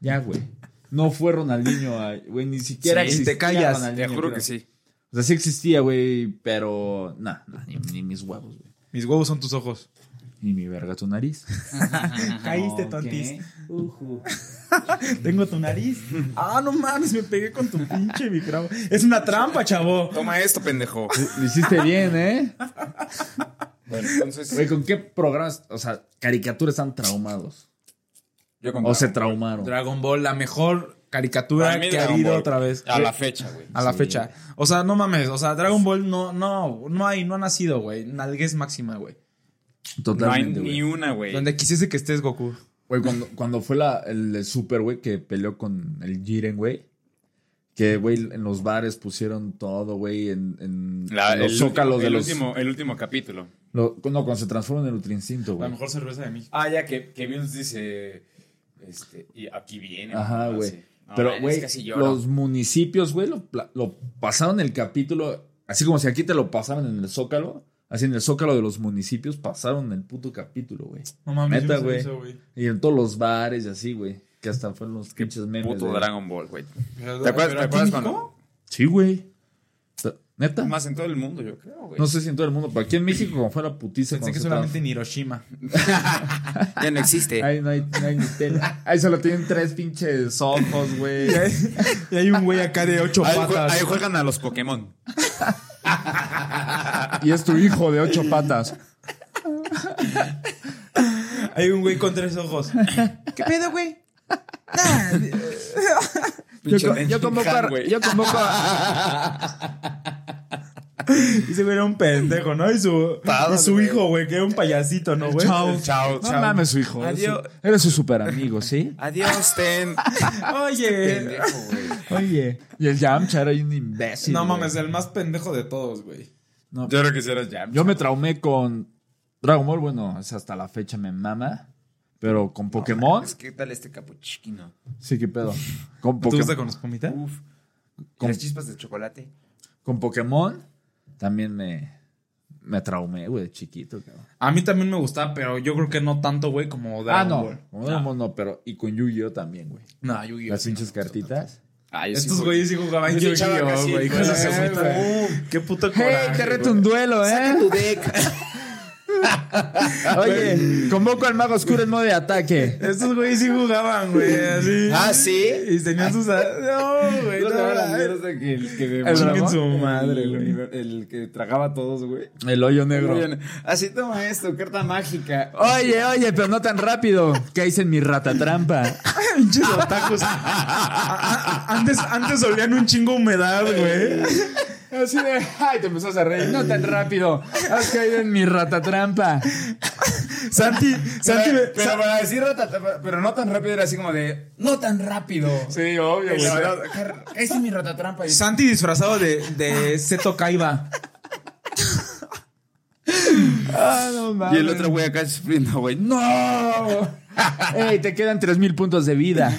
Ya, güey. No fue Ronaldinho, ay, güey. Ni siquiera
Sí,
existía
te callas.
Ronaldinho,
Te juro que
creo.
sí.
O sea, sí existía, güey, pero... Nah, nah, ni, ni mis huevos, güey.
Mis huevos son tus ojos.
Ni mi verga tu nariz.
Caíste,
Ok.
tontis.
Ujú.
Tengo tu nariz. Ah, no mames, me pegué con tu pinche micrófono. Es una trampa, chavo.
Toma esto, pendejo.
Lo hiciste bien, ¿eh?
Bueno, entonces.
Güey, ¿con qué programas, o sea, caricaturas están traumados?
Yo
O
contaba.
se traumaron.
Dragon Ball, la mejor caricatura
Para mí
que ha
Dragon
habido
Ball,
otra vez.
A la fecha, güey.
A la fecha. O sea, no mames. O sea, Dragon Ball no, no, no hay, no ha nacido, güey. Nalgues máxima, güey.
No hay
Totalmente,
ni
güey.
una, güey.
Donde quisiese que estés, Goku.
Güey, cuando, cuando fue la, el, el Super, güey, que peleó con el Jiren, güey. Que, güey, en los bares pusieron todo, güey, en, en
La-
en los
el
zócalos
último-
de
el
los...
Último, el último capítulo.
lo- no, cuando se transforma en el Ultrincinto,
La
güey.
mejor cerveza de México.
Ah, ya que, que Vince dice. Este, y aquí viene.
Ajá,
algo
güey.
así. No,
Pero,
man,
güey,
es que ah, sí lloro.
los municipios, güey, lo, pla- lo pasaron el capítulo, así como si aquí te lo pasaran en el Zócalo, así en el Zócalo de los municipios pasaron el puto capítulo, güey.
No mames,
Neta,
yo no
güey.
sabía eso, güey.
Y en todos los bares y así, güey. Que hasta fueron los pinches memes.
Puto
de-
Dragon Ball, güey.
Pero-
¿Te acuerdas,
pero
¿te
aquí
acuerdas
en México,
cuando?
Sí, güey. ¿Neta?
Más en todo el mundo, yo creo, güey.
No sé si en todo el mundo, pero aquí en México, como fue la putiza.
Pensé que
cuando se
solamente en Hiroshima.
Ya no existe.
estaba- Ahí no hay, no hay ni tela. Ahí solo tienen tres pinches ojos, güey.
Y hay un güey acá de ocho
Ahí, jue-
patas.
ahí juegan a los Pokémon.
Y es tu hijo de ocho patas.
Hay un güey con tres ojos. ¿Qué pedo, güey?
Yo,
Pinche
co-
Ben
yo convoco a-
Khan, güey.
yo convoco a-
Y se era un pendejo, ¿no? Y su, y su hijo, güey, que era un payasito, ¿no, güey?
Chao, chao,
No mames, su hijo. eres
Adiós.
su- Eres su super amigo, ¿sí?
Adiós, Ten.
Oye.
Pendejo, güey.
Oye. Y el Yamcha era un imbécil.
no
güey.
mames, el más pendejo de todos, güey.
Yo creo que si eras Yamcha.
Yo me traumé con Dragon Ball, bueno, es hasta la fecha me mama. Pero con Pokémon,
Es que tal este capuchino.
sí que pedo. Con,
¿Te
Poké-
gusta con los pomitas?
Uf.
Con-
Las chispas de chocolate.
con Pokémon también me, me traumé, güey, de chiquito, cabrón.
A mí también me gustaba, pero yo creo que no tanto, güey, como
ah,
Dragon
no.
Ball.
Con Dragon Ball no, pero. Y con Yu-Gi-Oh también, güey.
No, Yu-Gi-Oh!
Las
sí,
pinches
no me gustó tanto.
cartitas.
Ay,
Estos güeyes sí jugaban
Yo sí echaba
Yu-Gi-Oh,
casi el
güey. hijos de
juego,
su puta. Qué puto coraje.
un duelo, eh!
Tu deck.
Oye, convoco al mago oscuro en modo de ataque.
Estos güeyes sí jugaban, güey. Así.
Ah, ¿sí?
Y tenían sus. No, güey.
Yo
no,
estaba la
no.
mierda que el que me
¿El
Chinguen
dragón?
su madre,
El-
güey. El que tragaba a todos, güey.
El hoyo negro.
Así toma esto, carta mágica.
Oye, oye, pero no tan rápido. ¿Qué hice en mi rata trampa?
Pinches otakus. A- a- a- Antes, antes olían un chingo a humedad, güey.
Así de, ay, te empezás a reír, no tan rápido. Has caído en mi ratatrampa.
Santi, Santi,
Pero,
me-
pero
Sa-
para decir ratatrampa, pero no tan rápido, era así como de, no tan rápido.
Sí, obvio,
La verdad, car- ese es mi ratatrampa. Y
Santi disfrazado de, de Seto Kaiba.
Ah, no
Y
mames.
el otro güey acá sufriendo, güey. No.
¡No! Ey, te quedan 3000 puntos de vida.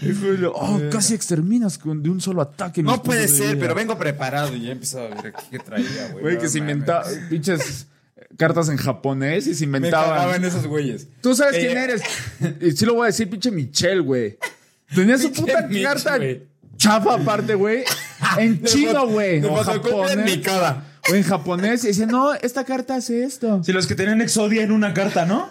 Y Julio, oh, casi exterminas con, de un solo ataque. mis
No puede
puntos de
ser,
vida.
pero vengo preparado. Y ya he empezado a ver aquí qué traía, güey.
Güey,
No
que se
mames.
inventaba pinches cartas en japonés y se
me
inventaban.
cagaban esos güeyes.
Tú sabes
Eh,
quién eres. Y sí lo voy a decir, pinche Michelle, güey. Tenía su
Pinche
puta
Mitch,
carta
güey.
chafa aparte, güey. En chino, güey.
De
O en
fotocopia en mi
japonés.
cara.
O en japonés. Y dice, no, esta carta hace esto.
Si los que tenían Exodia en una carta, ¿no?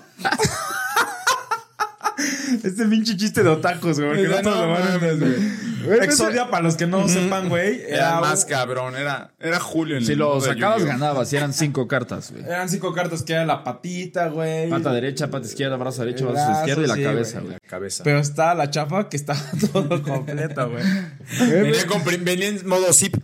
Este pinche chiste de otakus, güey. Que no
No
todos lo van a
mames,
entender.
Güey,
Exodia, para los que no sepan, güey,
Era
era
más cabrón, era, era Julio en
Si
el
lo
mundo de
sacabas,
Yu-Gi-Oh.
ganabas. Y eran cinco cartas, güey.
eran cinco cartas que era la patita, güey.
Pata derecha, pata izquierda, brazo derecho,
El
brazo izquierdo y la
brazo, sí,
cabeza,
güey.
güey.
Cabeza.
Pero está la chafa que estaba todo completo, güey.
Venía, con prim- venía en modo zip.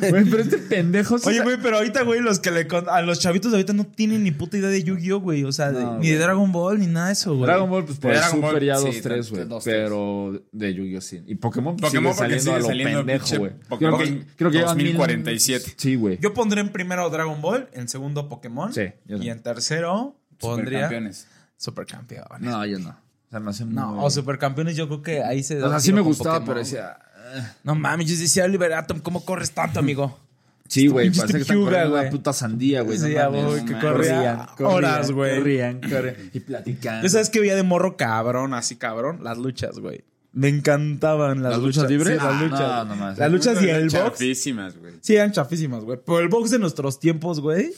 Güey, pero este pendejo. sí
Oye,
sa-
güey, pero ahorita, güey, los que le con- a los chavitos de ahorita no tienen ni puta idea de Yu-Gi-Oh, güey. O sea, de-
No,
ni
güey.
de Dragon Ball, ni nada de eso, güey.
Dragon Ball, pues por el
Dragon Ball,
Super ya
sí,
2-3, güey.
dos, tres.
Pero de Yu-Gi-Oh! sí. Y Pokémon, pues,
Pokémon
sigue
porque
saliendo a lo
sigue saliendo
pendejo,
pinche
güey.
Pokémon
llevan mil-
2047.
Sí, güey.
Yo pondré en primero Dragon Ball, en segundo Pokémon.
Sí, yo
y
también.
en tercero pondría
Supercampeones.
Supercampeones.
No, yo no. O sea, me hace
No,
muy-
o Supercampeones yo creo que ahí se da
O sea,
un
sí
tiro
me
con
gustaba,
Pokémon.
pero decía.
No mames, yo decía, Oliver Atom, ¿cómo corres tanto, amigo?
Sí, güey,
pinche
parece que están
Hyuga,
corriendo una
güey.
puta sandía, güey.
Sí,
no
güey,
mames.
que
No
corría
mames.
horas, güey.
Corrían, corrían. Y platicaban.
Yo sabes que veía de morro cabrón, así cabrón, las luchas, güey. Me encantaban las,
¿Las luchas libres?
Sí, las
Ah,
luchas.
no, no mames.
las luchas y el box.
Chafísimas, güey.
Sí, eran chafísimas, güey. Pero el box de nuestros tiempos, güey.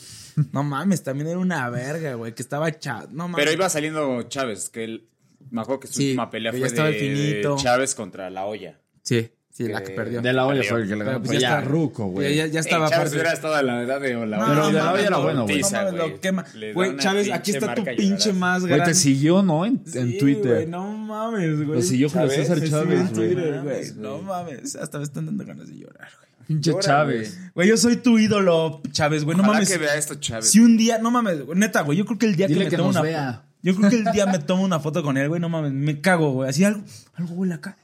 No mames, también era una verga, güey. Que estaba chat. No mames.
Pero iba saliendo Chávez, que él. Me acuerdo que su
Sí,
última pelea
que
fue
ya estaba
de,
el finito.
de Chávez contra la olla.
Sí, sí, la
Que-
que perdió.
De la olla fue el que le
Pero
ganó.
pues
Pero
ya
ya
está.
ruco, güey.
Ya, ya- ya
Ey,
estaba
Chávez
aparte.
hubiera estado a la edad de Ola.
No,
Pero
no
de la
mames,
olla era
no,
bueno,
no
güey.
putiza,
mames,
güey.
lo quema.
Le da
Güey,
una
Chávez,
pinche
aquí está tu
marca
pinche
llorarás.
más
Güey,
grande.
te siguió, ¿no? En, en
Sí, güey,
Twitter.
no mames, güey.
Lo siguió Julio
Chávez,
César
sí,
Chávez,
sí,
güey.
Twitter, güey. No mames, hasta me están dando ganas de llorar, güey.
Pinche Chávez.
Güey, yo soy tu ídolo, Chávez, güey. No
Ojalá
mames.
que vea esto Chávez.
Si un día, no mames, güey, neta, güey, yo creo que el día
Dile
que me
que
tomo
nos
una
vea.
Yo creo que el día me tomo una foto con él, güey, no mames, me cago, güey, así algo, algo huele a caca.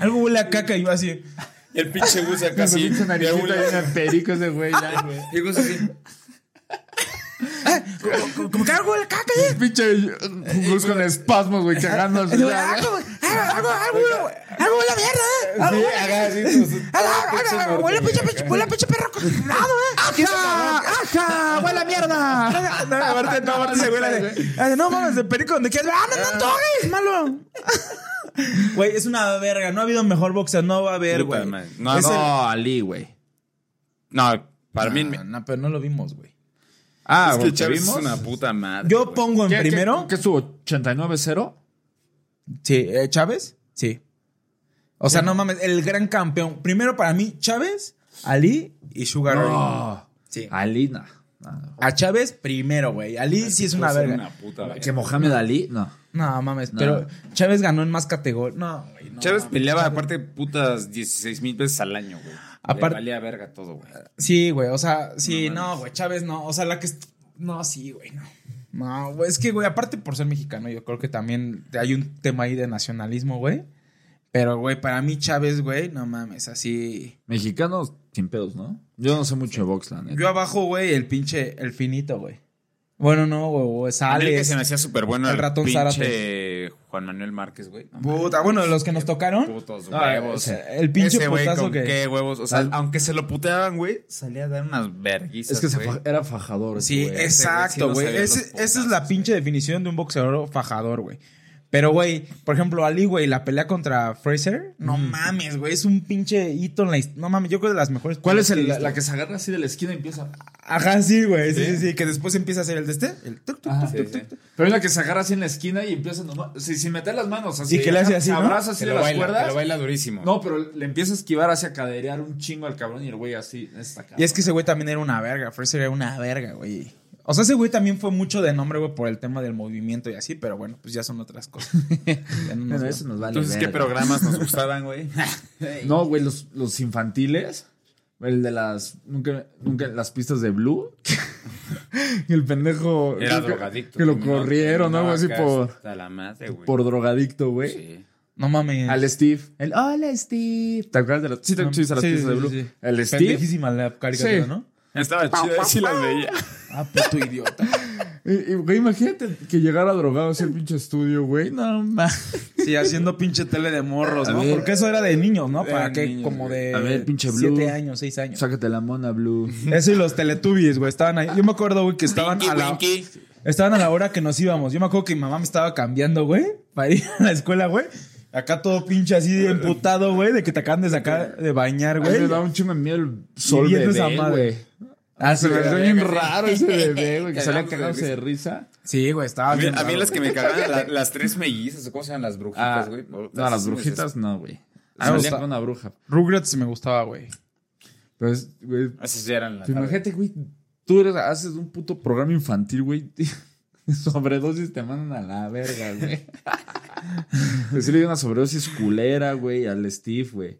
Algo huele a caca y yo así,
Y el pinche Gus acá así.
Pinche
de
naricita
un lado.
llena de perico ese güey, ya, güey.
Digo, eso sí.
como, como que algo huele a caca, eh.
Pinche Gus con espasmos, güey, cagándose.
Algo, algo, algo, algo, huele- algo huele a mierda, eh. Algo
Sí,
huele-
haga así tus-
algo- algo- algo- Huele a Ah, pinche, pinche- huele a pinche perro cocinado, eh.
¡Ah, ¡Ajá! ¡Huele a mierda!
No, aparte, no, aparte se huele de. Ah, No mames, de perico, donde quieras. ¡Ah, no, no, toques, malo! Güey, es una verga. No ha habido mejor boxeo. No va a haber,
Puta
güey.
madre. No,
Es
no,
el- Ah,
Ali, güey.
No, para mí.
No, no, pero no lo vimos, güey.
Ah,
es
güey,
que
¿te
Chávez es
vimos?
una puta madre.
Yo
güey.
pongo en
¿Qué- qué-
primero.
¿Qué estuvo? ¿89-0?
Sí, eh, Chávez, sí. O sea, no mames, el gran campeón. Primero para mí, Chávez, Ali y Sugar Ray.
No.
Sí.
Ali, no. No, no.
A Chávez primero, güey. Ali sí es una
Puede ser
verga.
Una puta verga.
¿Que Mohamed Ali? No.
No mames, pero Chávez ganó en más categorías. No, güey. no
Chávez
mames.
peleaba aparte putas 16 mil veces al año, güey.
Aparte-
Le valía verga todo, güey.
Sí, güey, o sea, sí, no, güey, Chávez no. O sea, la que. est- No, sí, güey, no. No, güey, es que, güey, aparte por ser mexicano, yo creo que también hay un tema ahí de nacionalismo, güey. Pero, güey, para mí Chávez, güey, no mames, así.
Mexicanos sin pedos, ¿no? Yo no sé mucho de box, la neta.
Yo abajo, güey, el pinche, el finito, güey. Bueno, no, güey, güey,
A mí el que
Sales.
se me hacía súper bueno
el
el,
ratón
pinche Juan Manuel Márquez, güey. No mames,
Puta, bueno, los que nos tocaron.
Putos
No,
huevos.
Ah, o sea, el pinche
Ese güey
putazo
con
que-
qué huevos. O sea, aunque se lo puteaban, güey, salía a dar unas verguizas,
Es que se
güey.
fa- era fajador.
Sí,
Pues güey.
exacto,
ese güey
güey.
sí no sabía
Ese-
los putazos,
Esa es la pinche definición de un boxeador fajador, güey. Pero, güey, por ejemplo, Ali, güey, la pelea contra Fraser. No mames, güey, es un pinche hito en la his- No mames, yo creo que de las mejores.
¿Cuál es
peleas
el-
he
la,
visto.
la que se agarra así de la esquina y empieza?
Ajá, sí, güey. Sí, sí, sí, que después empieza a hacer el de este. El tuc, tuc,
Ajá.
tuc,
Sí,
tuc,
sí.
tuc.
Pero es la que se agarra así en la esquina y empieza nomás. sí, sin meter las manos así.
Y que le hace así, ¿no?
Abraza así
Se
de
lo
las
baila,
cuerdas.
se lo baila durísimo.
No, pero le empieza a esquivar hacia caderear un chingo al cabrón y el güey así. Esta
Y es que ese güey también era una verga. Fraser era una verga, güey. O sea, ese güey también fue mucho de nombre, güey, por el tema del movimiento y así, pero bueno, pues ya son otras cosas. Ya no nos
Bueno,
va.
eso nos vale.
Entonces, ¿qué
verga.
programas nos gustaban, güey?
No, güey, los, los infantiles. El de las. Nunca, nunca. Las pistas de Blue. el pendejo.
Era
que-
drogadicto.
Que lo
terminó-
corrieron,
terminó
¿no? Algo así
acá
por,
hasta la madre, güey.
por drogadicto, güey.
Sí.
No mames.
Al Steve. El hola, Steve. ¿Te acuerdas de las, sí, te, sí, las
Sí,
pistas
sí,
de
sí,
Blue?
sí.
El Steve.
Pendejísima la caricatura,
Sí.
¿no?
Estaba chido, sí las veía.
Ah, puto idiota.
Y- y, güey, imagínate que llegara drogado hacia el pinche estudio, güey. No mames.
Sí, haciendo pinche tele de morros,
A
¿no?
ver.
Porque eso era de niños, ¿no? Para
Eran
que
niños,
como
güey.
de
A ver, pinche Blue.
siete años, seis años.
Sácate la mona, Blue.
Eso y los Teletubbies, güey, estaban ahí. Yo me acuerdo, güey, que estaban a la estaban a la hora que nos íbamos. Yo me acuerdo que mi mamá me estaba cambiando, güey, para ir a la escuela, güey. Acá todo pinche así de emputado, güey, de que te acaban de sacar de bañar,
Güey,
güey.
me da un chingo de miedo el sol
viendo esa
bebé,
madre.
güey.
Ah, sí,
Se me
güey.
hace bien raro ese bebé, güey. Que
Cagamos
salía
de
cagándose de risa.
Sí, güey, estaba
A mí,
bien
a mí
raro,
las que
güey.
me cagaban, la- las tres mellizas, o ¿cómo se llaman las
Ah,
brujitas, güey?
no, las brujitas no, güey.
Ah,
Ah,
me
salían
gusta-
con una bruja.
Rugrats me gustaba, güey.
Pero es, pues, güey,
Esas ya eran las.
Pero Pues imagínate, güey, tú eres, haces un puto programa infantil, güey. Sobredosis te mandan a la verga, güey. Pues sí le dio una sobredosis culera, güey, al Steve, güey.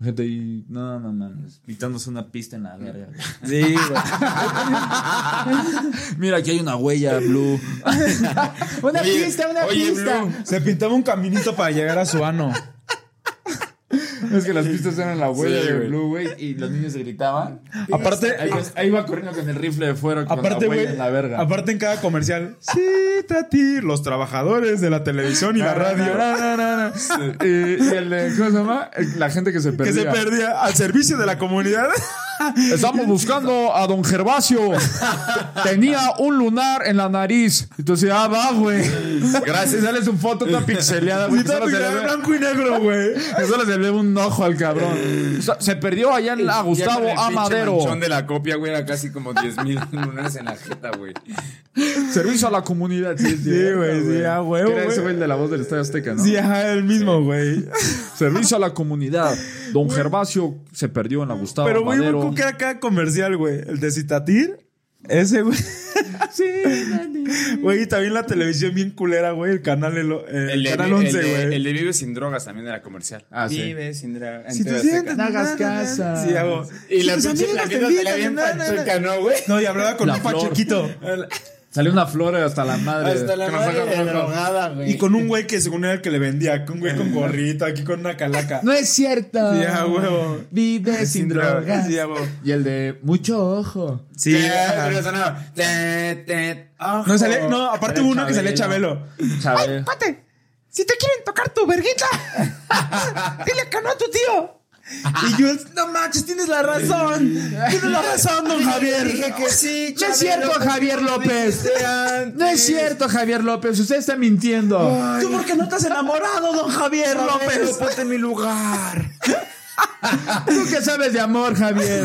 Gente ahí, no, no mames, pitándose una pista en la verga. güey.
Sí, güey.
Mira, aquí hay una huella, Blue.
Una
Oye,
pista, una
oye,
pista.
Blue.
Se pintaba un caminito para llegar a su ano.
Es que las pistas eran la huella
Sí,
de
güey.
Blue, güey, y los niños gritaban.
Aparte,
Ahí, ahí va corriendo con el rifle de fuera con
aparte,
la huella
güey.
en la verga.
Aparte en cada comercial. Sí, Tati, los trabajadores de la televisión y la radio.
No, no, no, no. Y, y el de, ¿cómo se llama? El- La gente que se
Que
perdía. Ah,
se perdía al servicio de la comunidad.
Estamos buscando a don Gervasio. Tenía un lunar en la nariz. Entonces, ah, va, güey. Gracias. Sale su foto toda pixeleada, güey.
Y
que Solo
Tati
se
era
le
de
ve-
blanco y negro, güey.
que solo se le ve un ojo al cabrón. So- Se perdió allá en la Gustavo A. Madero.
El de la copia, güey, era casi como 10 mil lunares en la jeta, güey.
Servicio a la comunidad. Sí, es
Sí,
cierto,
güey, sí, ah, huevo,
Que Era ese
güey.
güey el de la voz del Estadio Azteca, ¿no?
Sí, ajá, el mismo, güey.
Servicio a la comunidad. Don Gervasio se perdió en la Gustavo
Pero, güey, me
Madero.
acuerdo que era cada comercial, güey. El de Citatir. Ese, güey. Sí, Güey, y también la televisión bien culera, güey. El canal, el, el
El de,
canal
el
11,
de-
güey.
el de Vive sin drogas también era comercial.
Ah, sí.
Vive sin drogas.
Si te
Entonces,
sientes,
acá.
hagas casa.
Sí, pues, hago.
Y
Si
la
tus
pinche la
amigos te
vida salía bien
invitan, na, na, na.
panchuca, ¿no, güey?
No, y hablaba con
La
un
flor.
pachequito.
Salió una flor hasta la madre.
Hasta la
Que nos
madre
saca
de
rojo.
drogada,
Y
güey.
con un güey que según era el que le vendía. Con un güey con gorrito, aquí con una calaca.
No es cierto.
Sí, a huevo.
Vive sin drogas.
Sí, a huevo.
Y el de mucho ojo.
Sí.
Sí,
ajá.
pero sonaba, "Te, te, ah, ojo".
No, sale, no, aparte
Era
hubo uno que salía
Chabelo.
Chabelo.
Chabelo.
¡Pate! Si te quieren tocar tu verguita, dile que no a tu tío.
Y Jules, no manches, tienes la razón. Tienes la razón, don Javier.
Dije que sí,
No
Chávez,
es cierto,
loco,
Javier López. No es cierto, Javier López. Usted está mintiendo.
¿Tú por qué no estás enamorado, don Javier López?
Ponte en mi lugar.
Tú qué sabes de amor, Javier.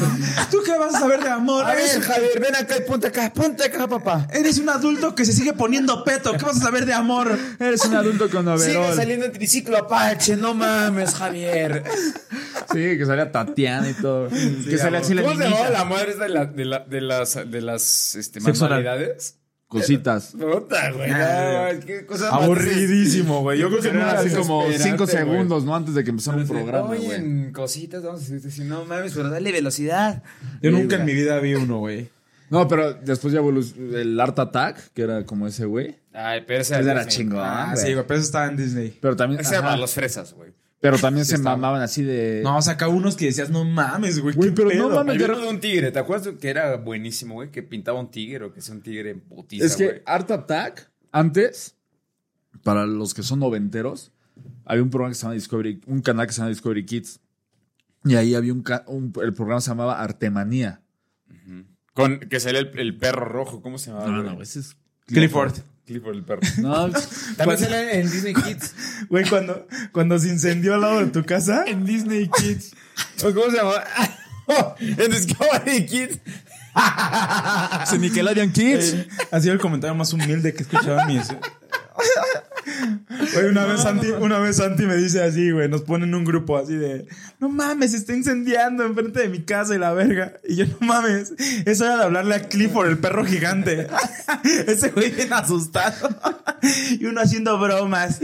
¿Tú qué vas a saber de amor?
A
Eres,
ver, Javier, ven acá y ponte acá, ponte acá, papá.
eres un adulto que se sigue poniendo peto. ¿Qué vas a saber de amor?
Eres un adulto con
Sigue
overol.
saliendo en triciclo Apache, no mames, Javier.
Sí, que salía Tatiana y todo. que salía así la
¿Cómo se llamaba
niñita.
la madre esta de, la- de, la- de las, de las este,
Sexo oral. Ah,
manualidades?
Cositas.
Puta, güey. no, qué cosa más
Aburridísimo, güey. Yo creo que no
Era
era
Así
así
como
desesperante,
cinco
güey.
segundos, ¿no? Antes de que empezara un
desesperante.
programa,
Hoy
güey.
en cositas vamos a decir, no mames, pero dale.
Yo nunca en mi vida vi uno, güey.
No, pero después ya evolucionó el Art Attack, que era como ese güey.
Ay, pero esa
Ese era
Disney.
chingón.
Ah,
güey.
sí, güey, pero eso estaba en Disney.
Pero también,
Esa era
ajá.
para los fresas, güey.
pero también se mamaban así de.
No, saca unos que decías, no mames, güey.
Güey,
qué
pero
pedo.
no mames.
Había uno de un tigre, ¿te acuerdas que era buenísimo, güey? Que pintaba un tigre o que sea un tigre en putiza,
Es que
güey.
Art Attack, antes, para los que son noventeros, había un programa que se llama Discovery, un canal que se llama Discovery Kids. Y ahí había un, ca- un- el programa se llamaba Artemanía.
Con, que sale el, el perro rojo, ¿cómo se llamaba? güey?
ese es
Clifford.
Clifford el perro.
Ah, No, pues,
También sale en Disney Kids.
Güey, cuando, cuando se incendió al lado de tu casa. En Disney Kids.
¿Cómo se llamaba? en Discovery Kids.
se Nickelodeon Kids.
Ha sido el comentario más humilde que he escuchado en mis. Güey, una, vez Santi, una vez Santi me dice así, güey, nos ponen un grupo así de, no mames, se está incendiando enfrente de mi casa y la verga. Y yo, no mames, eso era de hablarle a Clifford, el perro gigante. Ese güey bien asustado. y uno haciendo bromas.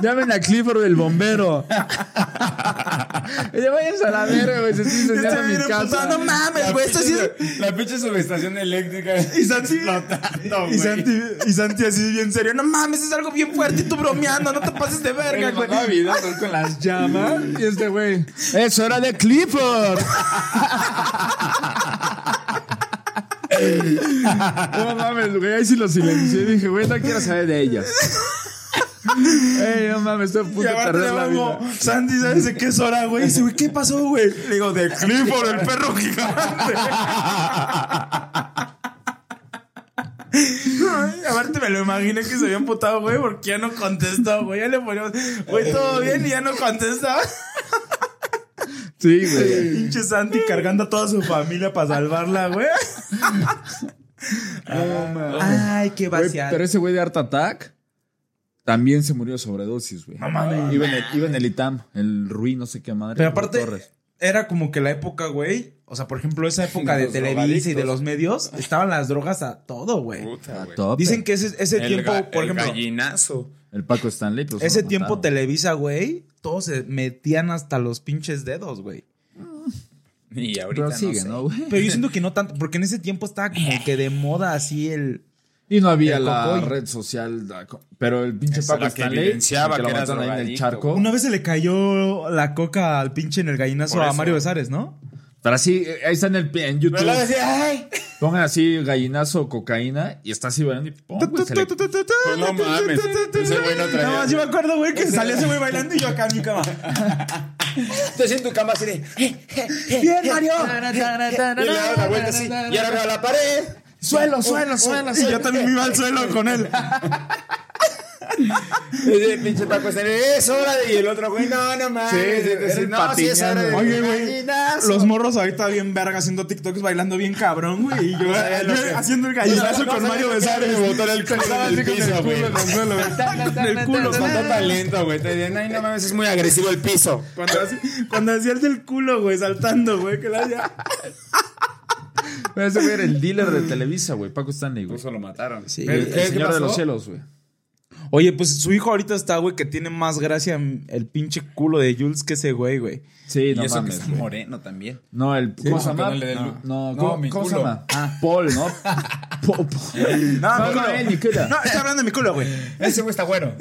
Llamen a Clifford el bombero. Y ya váyanse a la verga, güey. Se está incendiando
Este
mi
viene
casa.
emputado, no mames, güey, esto sí es...
La pinche subestación eléctrica.
Y Santi,
Explotando,
y
güey.
Santi, y Santi así bien serio, no mames, es algo bien fuerte y tú bromeando, no te pases de verga, güey.
con las
Llama, Y este güey. Es hora de Clifford. No mames, güey. Ahí sí lo silencié. Dije, güey, no quiero saber de ellas. Ey, no mames, estoy a punto
Y
de
aparte
perder
le
la vida.
pongo, Santi, ¿sabes de qué es hora, güey? Y Dice, güey, ¿qué pasó, güey? Le digo, de Clifford, el perro gigante. Ay, aparte me lo imaginé que se había emputado, güey, porque ya no contestó, güey. Ya le poníamos, güey, todo bien y ya no contestaba.
Sí, güey.
Pinche Santi cargando a toda su familia para salvarla, güey. Ay, qué
Güey, Pero ese güey de Art Attack también se murió de sobredosis, güey. Iba, en el- iba en el ITAM, el Rui, no sé qué madre.
Pero
Rui
aparte,
Torres.
era como que la época, güey. O sea, por ejemplo, esa época de
los
Televisa y de los medios, estaban las drogas a todo, güey.
Puta, güey.
Tope.
Dicen que ese, ese
El
tiempo,
ga-
por
el
ejemplo,
gallinazo.
eh. El Paco Stanley. pues,
ese
lo
tiempo
mataron.
Televisa, güey, todos se metían hasta los pinches dedos, güey.
Y ahorita
Pero sigue,
no sé.
¿no, güey?
Pero yo siento que no tanto, porque en ese tiempo estaba como que de moda así el...
Y no había
El
la
Cocoy.
red social, da- co- pero el pinche
Esa
Paco
la que
Stanley
evidenciaba que
el lo
era
mataron ahí en el
drogadicto,
charco.
Una vez se le cayó la coca al pinche en el gallinazo
Por
a
eso.
Mario Besares, ¿no?
Pero así, eh, ahí está en el pi- en YouTube. Pongan así gallinazo, cocaína y está así bailando y pum, güey, se le-
Pues no mames. Ese güey no traía.
Nada más yo me acuerdo, güey, que salía ese güey bailando y yo acá en mi cama.
Estoy en tu cama así de. "Eh,
¡Bien, Mario!
Y le daba la vuelta así. Y ahora veo la pared.
Oh,
Suelo, suelo, suelo.
Y yo también me iba al suelo con él.
Y de pinche Paco está de. Es hora de. Y el otro güey, no, no mames.
Sí,
Entonces,
era el
no, sí es hora de.
patiñando.
Oye, güey,
Gallinazo.
Los morros ahorita bien verga haciendo TikToks, bailando bien cabrón, güey. Y yo, yo haciendo el gallinazo con Mario Besares.
botar el culo en el piso, güey.
Con el culo,
Falta talento, güey. Te dicen, ay, no mames, es muy agresivo el piso.
Cuando hacía, cuando hacía el del culo, güey, saltando, güey, que la hacía.
Pero ese güey era el dealer de Televisa, güey. Paco Stanley, güey.
Incluso lo mataron.
Sí.
El, el
¿Qué- qué
señor de
pasó?
los cielos, güey.
Oye, pues su hijo ahorita está, güey, que tiene más gracia el pinche culo de Jules que ese güey, güey.
Sí,
Y
no
eso que
mames.
está
güey.
moreno también.
No, el. ¿Cómo
no,
se llama?
que no le dé
No,
luz.
no,
No,
¿cómo,
mi
cómo se
culo.
llama? Ah, Paul, ¿no? Paul, Paul.
No, mi
no,
culo.
él, Nikita.
No, está hablando de mi culo, güey.
Ese güey está bueno.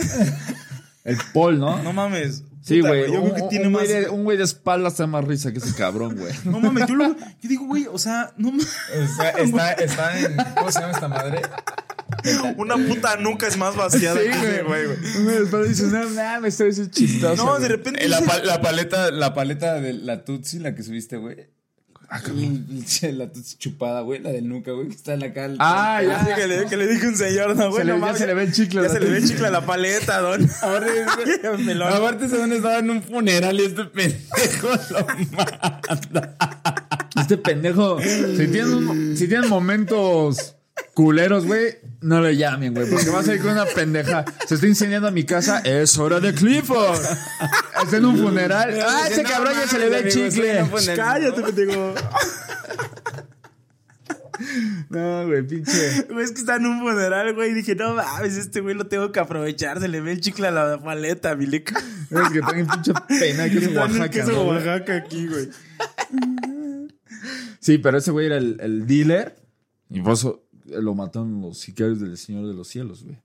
El Paul, ¿no?
No mames.
Sí,
Puta,
güey.
Yo
Un,
creo que
un-
tiene
un
más.
güey de- un güey de espalda está más risa que ese cabrón, güey.
No mames, yo, lo, yo digo, güey, o sea, no mames.
Está, está, está en. ¿Cómo se llama esta madre?
Una puta nuca es más vaciada que ese güey, güey.
Pero dices, no mames, esto es chistoso.
No, de repente.
Eh, la,
dices-
pa- la paleta, la paleta de la Tutsi, la que subiste, güey.
Ah,
Pinche La Tutsi chupada, güey, la del nuca, güey, que está en la cara.
Ah, ya.
Ah, sí, que le, que le dije a un señor, no, güey.
le-
no
ya
mames.
se le ve el chicle a
Ya
la
se le ve el
Tutsi.
chicle a la paleta, don.
Ahora es-
Melón.
Aparte, ese don estaba en un funeral y este pendejo lo mata.
Este pendejo. Si tienen, un- si tienen momentos culeros, güey, no le llamen, güey. Porque vas a ir con una pendeja. Se está incendiando mi casa. Es hora de Clifford. Está en un funeral. Ah, ese
No
cabrón ya se le ve el
mames, amigo, sí,
chicle.
no fue en el-
Cállate, pendejo.
No, güey, pinche.
Güey, es que está en un funeral, güey. Y dije, no mames, este güey lo tengo que aprovechar. Se le ve el chicle a la paleta, mi leca.
Es que traen pinche pena que es Oaxaca. ¿no?
Oaxaca aquí, güey.
Sí, pero ese güey era el, el dealer. Y por eso lo mataron los sicarios del Señor de los Cielos, güey.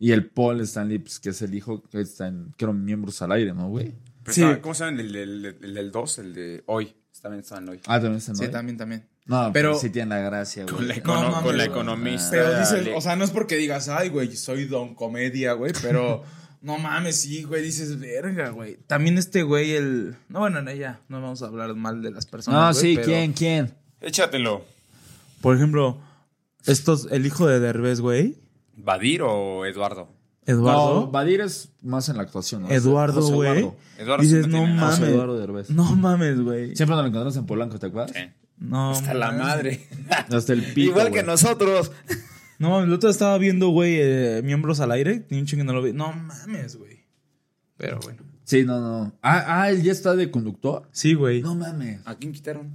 Y el Paul Stanley, pues, que es el hijo que está en, que eran miembros al aire, ¿no, güey?
Pero
Sí.
estaba- ¿Cómo saben el del, el del 2? El de hoy. También estaban hoy.
Ah, también está en
Sí,
Noé.
también, también.
No, pero
Pero-
sí tiene la gracia, güey.
econo- No, mames, con la güey.
economista.
Pero dices, o sea, no es porque digas, ay, güey, soy don comedia, güey, pero no mames, sí, güey, dices, verga, güey. También este güey, el. No, bueno, no, ya, no vamos a hablar mal de las personas.
No,
güey,
sí,
pero-
¿quién, quién?
Échatelo.
Por ejemplo, estos, el hijo de Derbez, güey,
¿Vadir o Eduardo?
No,
Eduardo.
Badir es más en la actuación. ¿no?
Eduardo,
José
güey.
Eduardo.
Eduardo
Dices,
sí no
no
tiene nada".
mames.
José Eduardo Derbez.
No mames, güey.
Siempre nos lo encontramos en Polanco, ¿te acuerdas?
No,
Eh, A la
mames.
madre.
Hasta el pico.
Igual que
güey.
nosotros.
No mames, el otro estaba viendo, güey, eh, miembros al aire. Ni un chingo no lo vi. No mames, güey. Pero bueno.
Sí, no, no. Ah, ah, él ya está de conductor.
Sí, güey.
No mames.
¿A quién quitaron?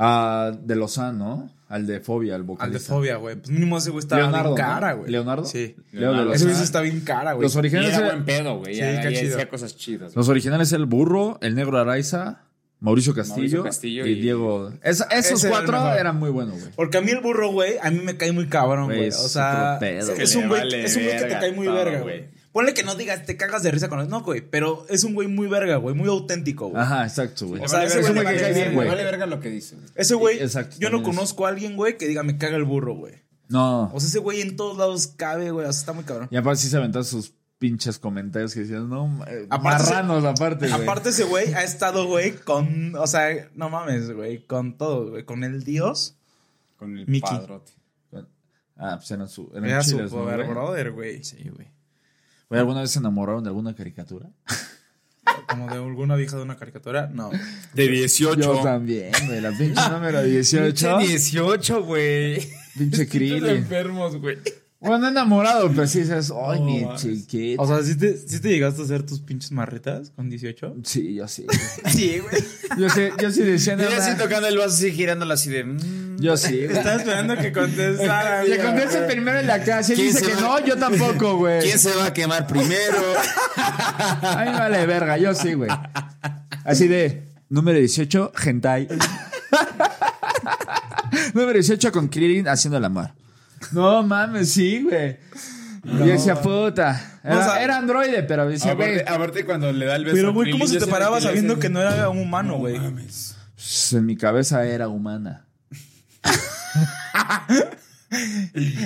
Ah, de Lozano, al de Fobia, al
Al de
vocalista.
fobia, güey. Pues mínimo ese güey estaba
Leonardo,
bien cara,
¿no?
güey.
¿Leonardo?
Sí.
Leo de
Leonardo.
Ese
Lozano.
güey sí está bien cara, güey.
Los
Y
originales,
era
era-
buen pedo, güey.
Sí,
ya,
qué
ya
chido.
decía cosas chidas.
los originales el Burro, el Negro Araiza, Mauricio Castillo,
Mauricio Castillo
y,
y-
Diego. Es- esos
Ese era el
cuatro
mejor.
eran muy buenos, güey.
Porque a mí el burro, güey, a mí me cae muy cabrón,
Güey,
güey.
es
O sea,
otro pedo,
es,
güey.
un güey,
Le vale
es un güey que te
verga
cae muy
todo,
verga,
güey.
güey. Ponle que no digas, te cagas de risa con él. No, güey, pero es un güey muy verga, güey. Muy auténtico, güey.
Ajá, exacto, güey.
O sea, ese güey me
verga,
cae
le
bien,
vale
güey.
verga lo que dice. güey.
Ese güey,
Exacto,
yo no
también es.
conozco a alguien, güey, que diga, me caga el burro, güey.
No.
O sea, ese güey en todos lados cabe, güey. O sea, está muy cabrón.
Y aparte sí se aventó sus pinches comentarios que decían, no, eh,
Aparte se-
marranos aparte, güey.
Aparte, ese güey ha estado, güey, con. O sea, no mames, güey. Con todo, güey. Con el dios.
Con el
Mickey.
padrote.
Ah, pues eran su, eran
Era su
chiles, ¿no,
poder,
güey?
brother, güey. Sí, güey.
Güey, ¿Alguna vez se enamoraron de alguna caricatura?
Como de alguna vieja de una caricatura. No.
De
Yo
18.
también, güey. La pinche número 18.
18, güey.
pinche Krillin.
Enfermos, güey.
Bueno, enamorado, pero sí dices, ay, mi chiquito.
O sea, ¿sí te, sí te llegaste a hacer tus pinches marritas con 18?
sí, yo sí.
Sí, güey.
Yo sí, yo sí decía
Yo
nada.
así tocando el vaso así girándola así de. mm.
Yo sí, güey.
Estaba esperando que contestara.
Le contesté primero en la casa y
¿Quién
dice
se
que
va?
no, yo tampoco, güey.
¿Quién se va a quemar primero?
A mí me vale verga, yo sí, güey. Así de, número 18, hentai. número 18 con Krillin haciendo el amor. No mames, sí, güey. y decía, puta. Era,
O sea-
era androide, pero
Ah,
decía, güey.
Aparte, cuando le da el beso.
Pero, güey, ¿cómo se te paraba
parabas
sabiendo que no era un humano, güey?
pues, en mi cabeza era humana.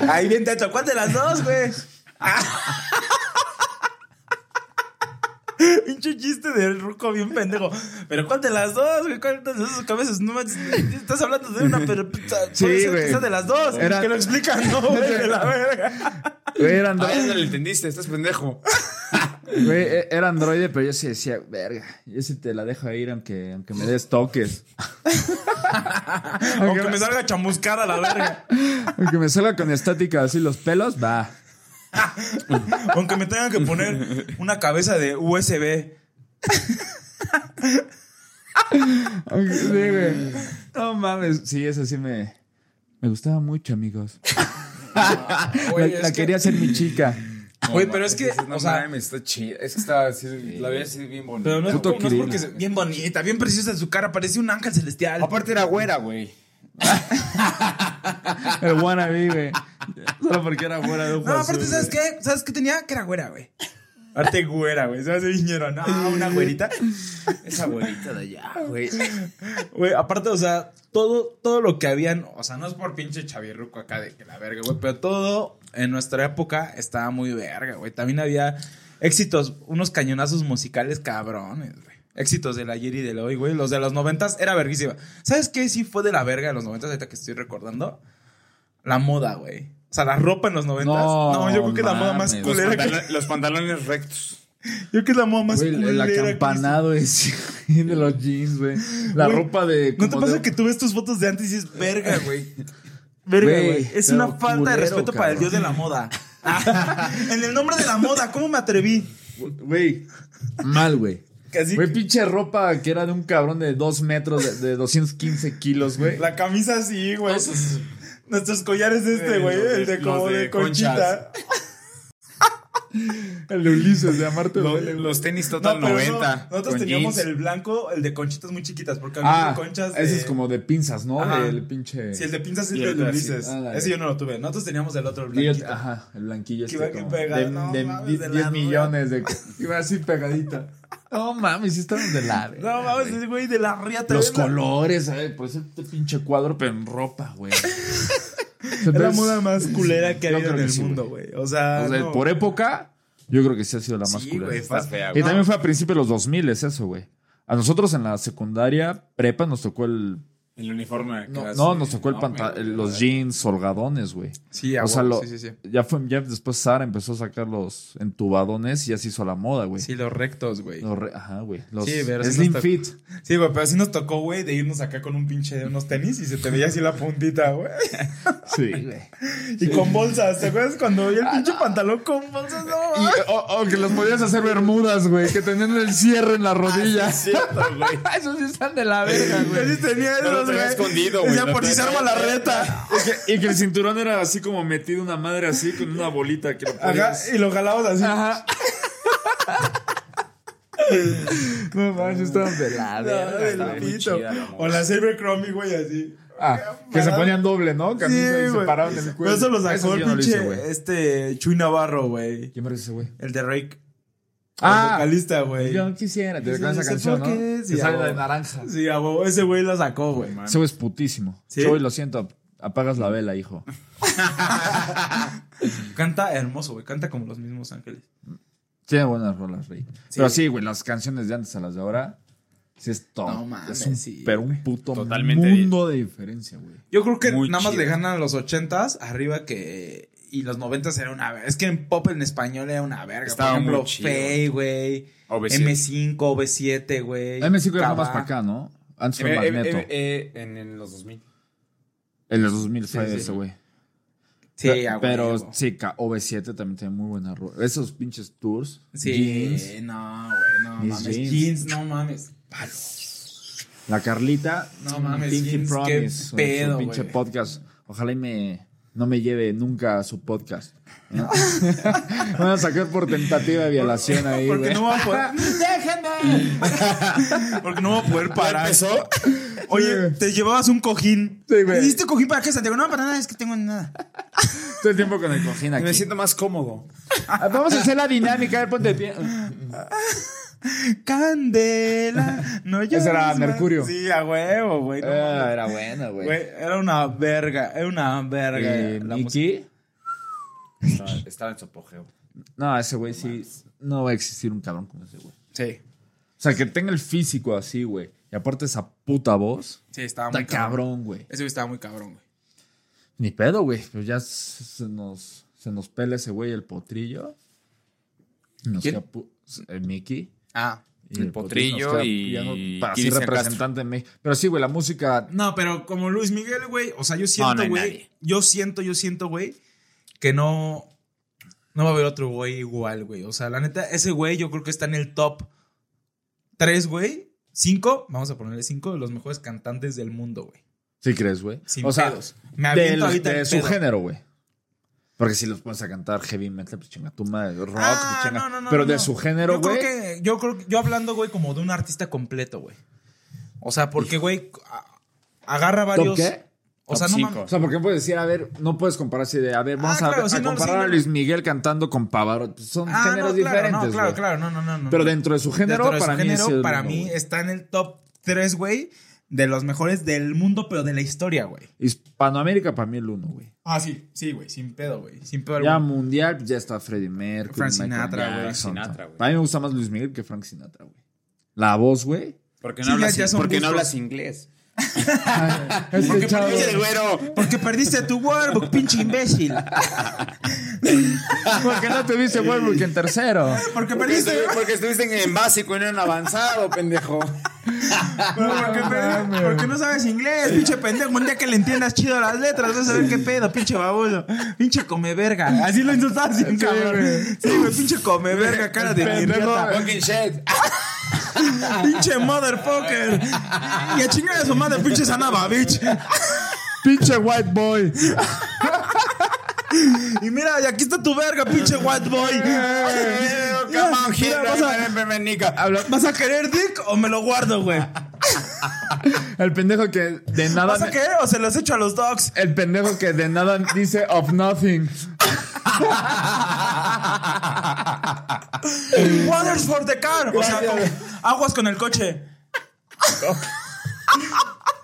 Ahí bien te ¿Cuál de las dos, güey? Pinche chiste del ruco bien pendejo. Pero ¿cuál de las dos, güey? ¿Cuál de las dos cabezas? No manches, estás hablando de una, pero pizza.
Sí,
puede ser
güey.
que sea de las dos.
Era-
Que lo explican, no, güey, de la verga.
Güey, era
Ah,
androide.
ya no lo entendiste, estás pendejo.
Güey, e- era androide, pero yo sí decía, verga, yo sí te la dejo ir aunque, aunque me des toques.
Aunque me salga chamuscada la verga.
Aunque me salga con estática así los pelos, va.
Aunque me tengan que poner una cabeza de USB.
Aunque- sí, güey. No mames. Sí, eso sí me, me gustaba mucho, amigos.
Güey,
la
es
la
que-
quería ser mi chica.
Güey, pero es que,
No
o sea,
mames, está chida. Es que estaba así, la veía así bien bonita.
pero no es,
Puto
no es porque
Kiril.
se- bien bonita, bien preciosa en su cara, parece un ángel celestial.
Aparte era güera, güey.
El wannabe, güey. Solo porque era fuera de un
pues, eh.
No, aparte, ¿sabes qué? ¿Sabes qué tenía? Que era güera, güey. Arte güera, güey. Se hace viñero. No, una güerita.
Esa abuelita de allá, güey.
Güey, aparte, o sea, todo, todo lo que habían, o sea, no es por pinche chavirruco acá de que la verga, güey, pero todo en nuestra época estaba muy verga, güey. También había éxitos, unos cañonazos musicales cabrones, güey. Éxitos del ayer y del hoy, güey. Los de los noventas era verguísima. ¿Sabes qué? Sí fue de la verga de los noventas, ahorita que estoy recordando. La moda, güey. O sea, la ropa en los noventas.
No,
No, yo creo que la moda más
mames.
Los,
culera. que-
pantalo- los pantalones rectos.
yo creo que es la moda más
Güey, el
culera. que existe.
acampanado ese güey, de los jeans, güey. La
Güey,
ropa de.
¿No te
como
pasa
de-
que tú ves tus fotos de antes y dices, verga, güey?
Verga,
Güey,
güey. Es
pero
una falta de
culero,
respeto para el
cabrón.
dios de la moda.
en el nombre de la moda, ¿cómo me atreví?
Güey. Mal, güey.
Casi
Güey, pinche ropa que era de un cabrón de 2 metros, de, de 215 kilos, güey.
la camisa así, güey. Nuestros collares de este,
Eh,
güey,
los de-
el de
los
como
de
de, conchita.
El de Ulises, de Amarte
Lo-
duele, güey.
los tenis
No,
Total
pero
90.
no, nosotros
con
teníamos
jeans.
el blanco, el de conchitas muy chiquitas, porque había
Ah,
conchas de...
ese es como de pinzas, ¿no?
Ajá.
El pinche.
Si el de pinzas es
Y
el
el
de
otro así.
Ulises.
Ah, la
Ese
de-
yo no lo tuve. Nosotros teníamos el otro, el
Y el-
blanquito.
ajá, el blanquillo
Que
este
iba que
como
pega,
de,
no
de
mames,
10,
de lado, güey.
millones de iba así pegadita. No mames, sí estaban de la verga,
No mames,
Ah, güey.
ese güey de la ría
Los colores, ¿sabes? Pues este pinche cuadro, pero en ropa, güey. Es
Es la moda más culera que ha
Yo
habido
creo
en
que
el
sí,
mundo, güey. O sea,
O sea,
no.
por época, yo creo que sí ha sido la más
Sí,
culera.
güey,
Está fea,
y
güey.
también fue a principios de los 2000, es eso, güey. A nosotros en la secundaria prepa nos tocó el...
El uniforme. que
No,
Ah,
era
no,
así,
nos tocó el panta-
me-
el- los jeans holgadones, güey.
Sí, a
O sea,
huevo,
lo-
sí, sí, sí.
ya, fue, ya después Sara empezó a sacar los entubadones y ya se hizo la moda, güey.
Sí, los rectos, güey.
Los re- ajá, güey. Los
Sí, pero sí nos
Slim
tocó.
Fit.
Sí, güey, pero sí nos tocó, güey, de irnos acá con un pinche de unos tenis y se te veía así la puntita, güey.
Sí, güey.
Y con bolsas, ¿te acuerdas cuando vi el pinche pantalón con bolsas? No, ah,
Y, o, o que los podías hacer bermudas, güey, que tenían el cierre en la
Ah,
rodilla. Esos sí están de la verga,
yo sí tenía
No lo
esos,
tenía
güey.
escondido, güey.
Decía,
lo
por si se
tenía-
arma la reta.
Y que el cinturón era así como metido una madre así con una bolita que lo
Ajá, y lo jalabas así.
Ajá. No manches, estaban de la
No,
verga.
del
estaba muy
pito.
chida la moda.
O la Saber Cromie, güey, así.
Ah, que se ponían doble, ¿no? Camisa y se
güey.
paraban el cuello.
Pero eso lo sacó
sí
el
yo no lo hice,
pinche
güey.
este Chuy Navarro, güey.
¿Quién me ese güey?
El de Rake. El
Ah,
vocalista, güey.
yo quisiera. Te
Sí,
acuerdas
sí,
esa canción, ¿no?
¿por qué? Sí,
Que sale
a
la de
huevo.
naranja.
Sí, a huevo, ese güey la sacó, güey.
Ese güey es putísimo.
¿Sí?
Choy, lo siento. Apagas la vela, hijo.
Canta hermoso, güey. Canta como los mismos ángeles.
Tiene buenas rolas, Rey. Pero sí, güey, las canciones de antes a las de ahora. Sí, es todo.
No mames,
es un,
sí,
Pero un puto
Totalmente
mundo de diferencia, güey.
Yo creo que
Muy
nada más
chido.
le ganan los 80s arriba que. Y los 90s era una verga. Es que en pop en español era una verga.
Estaba
Por ejemplo,
muy chido.
Fey, güey.
OV7.
M5, OV7, güey.
M5 era más
Cabá.
para acá, ¿no? Antes
Eh,
fue
eh,
Magneto.
eh, eh, en, en los 2000.
en los 2000 fue
sí.
ese, güey.
Sí,
Pe-
a
Pero
huevo.
sí, ca- OV7 también tiene muy buena rola. Esos pinches tours.
Sí,
Jeans.
no, güey. No
Mis
mames.
jeans.
Jeans. no mames.
La Carlita.
No mames,
Pinky
Jeans, qué
Promise. su-
pedo,
su pinche
güey.
podcast. Ojalá y me, no me lleve nunca a su podcast. ¿no? Van a sacar por tentativa de violación ahí,
Porque
güey.
no va a poder. ¡Déjenme! Porque no va a poder parar. eso. Oye, te llevabas un cojín.
Sí, güey.
¿Y ¿Diste cojín para qué, Santiago? No, para nada, es que tengo nada.
Todo el tiempo con el cojín aquí.
Me siento más cómodo.
Ah, Vamos a hacer la dinámica. A ver, ponte de pie. Ah,
Candela. No, yo.
Ese era Mercurio.
Sí, a huevo, güey. no mames.
Ah, era buena,
Güey, era una verga, era una verga.
Eh,
la música.
Mickey.
Estaba, estaba en su apogeo.
No, ese güey sí. No va a existir un cabrón como ese güey.
Sí,
O sea, que tenga el físico así, güey. Y aparte esa puta voz.
sí, estaba muy
Está cabrón, güey.
Ese güey estaba muy cabrón, güey.
Ni pedo, güey. Pero ya se se nos, se nos pela ese güey el potrillo. Y Nos
¿Quién?
queda pu- el Mickey.
Ah.
Y
El potrillo
nos queda
y-
ya no- para
y
ser
Cristian
representante de México. Pero sí, güey, la música.
No, pero como Luis Miguel, güey, o sea, yo
No, no
siento,
hay
güey,
nadie.
yo siento, yo siento, güey, que no, no va a haber otro güey igual, güey. O sea, la neta, ese güey yo creo que está en el top 3, güey, 5, vamos a ponerle 5 de los mejores cantantes del mundo, güey.
Sí, crees, güey.
Sin
O sea,
pedos. Me
del-
aviento ahorita
de
el
su
pedo.
género, güey. Porque si los pones a cantar heavy metal, pues chinga tu madre, rock,
Ah,
pues chinga.
no, no, no,
pero
no,
de
no.
su género,
yo
güey.
Creo que, yo creo que- yo hablando, güey, como de un artista completo, güey. O sea, porque, güey, a- agarra
¿Top
varios.
qué?
O sea, no
Tóxico.
mames.
O sea, porque puedes decir, a ver, no puedes comparar así de, a ver, vamos
Ah,
a,
claro,
a
sí, no,
comparar
sí, no,
a
no.
Luis Miguel cantando con Pavarotti. Son
Ah,
géneros
no, claro,
diferentes.
no, claro,
güey.
claro, no, no, no. no
Pero
no.
dentro de su género,
Dentro de su
para mí
género,
es el
para
uno,
mí
güey.
está en el top 3, güey, de los mejores del mundo, pero de la historia, güey.
Hispanoamérica, para mí el uno, güey.
Ah, sí, sí, güey, sin pedo, güey. Sin pedo
Ya
alguno.
mundial, pues ya está Freddie Mercury.
Frank
Michael
Sinatra, güey,
Jackson,
Sinatra,
¿no?
güey.
A mí me gusta más Luis Miguel que Frank Sinatra, güey. La voz, güey.
¿Por qué
Sí,
no,
ya-
hablas,
ya son
por qué no
gustos.
hablas inglés?
Es que, chavo,
güero!
Porque perdiste tu Warbook, pinche imbécil.
¿por qué no te dice Warburg en tercero?
Porque perdiste.
Porque estuviste en básico y no en avanzado, pendejo.
Porque, perdiste- porque no sabes inglés, pinche pendejo. Un día que le entiendas chido las letras, vas a ver qué pedo, pinche babulo. Pinche come verga. Así lo insultabas, bien cabrón. Sí, güey, pinche come verga, cara de idiota.
Fucking shit.
Pinche motherfucker. Y a chingar a su madre, pinche Sanaba, bitch.
Pinche white boy.
Y mira, y aquí está tu verga, pinche white boy.
Come on,
Mira,
here,
vas a-
I'm a-
Habla- ¿Vas a querer dick o me lo guardo, güey?
El pendejo que de nada.
¿Vas a querer o se los echo a los dogs?
El pendejo que de nada dice of nothing.
Waters for the car. O sea, como aguas con el coche.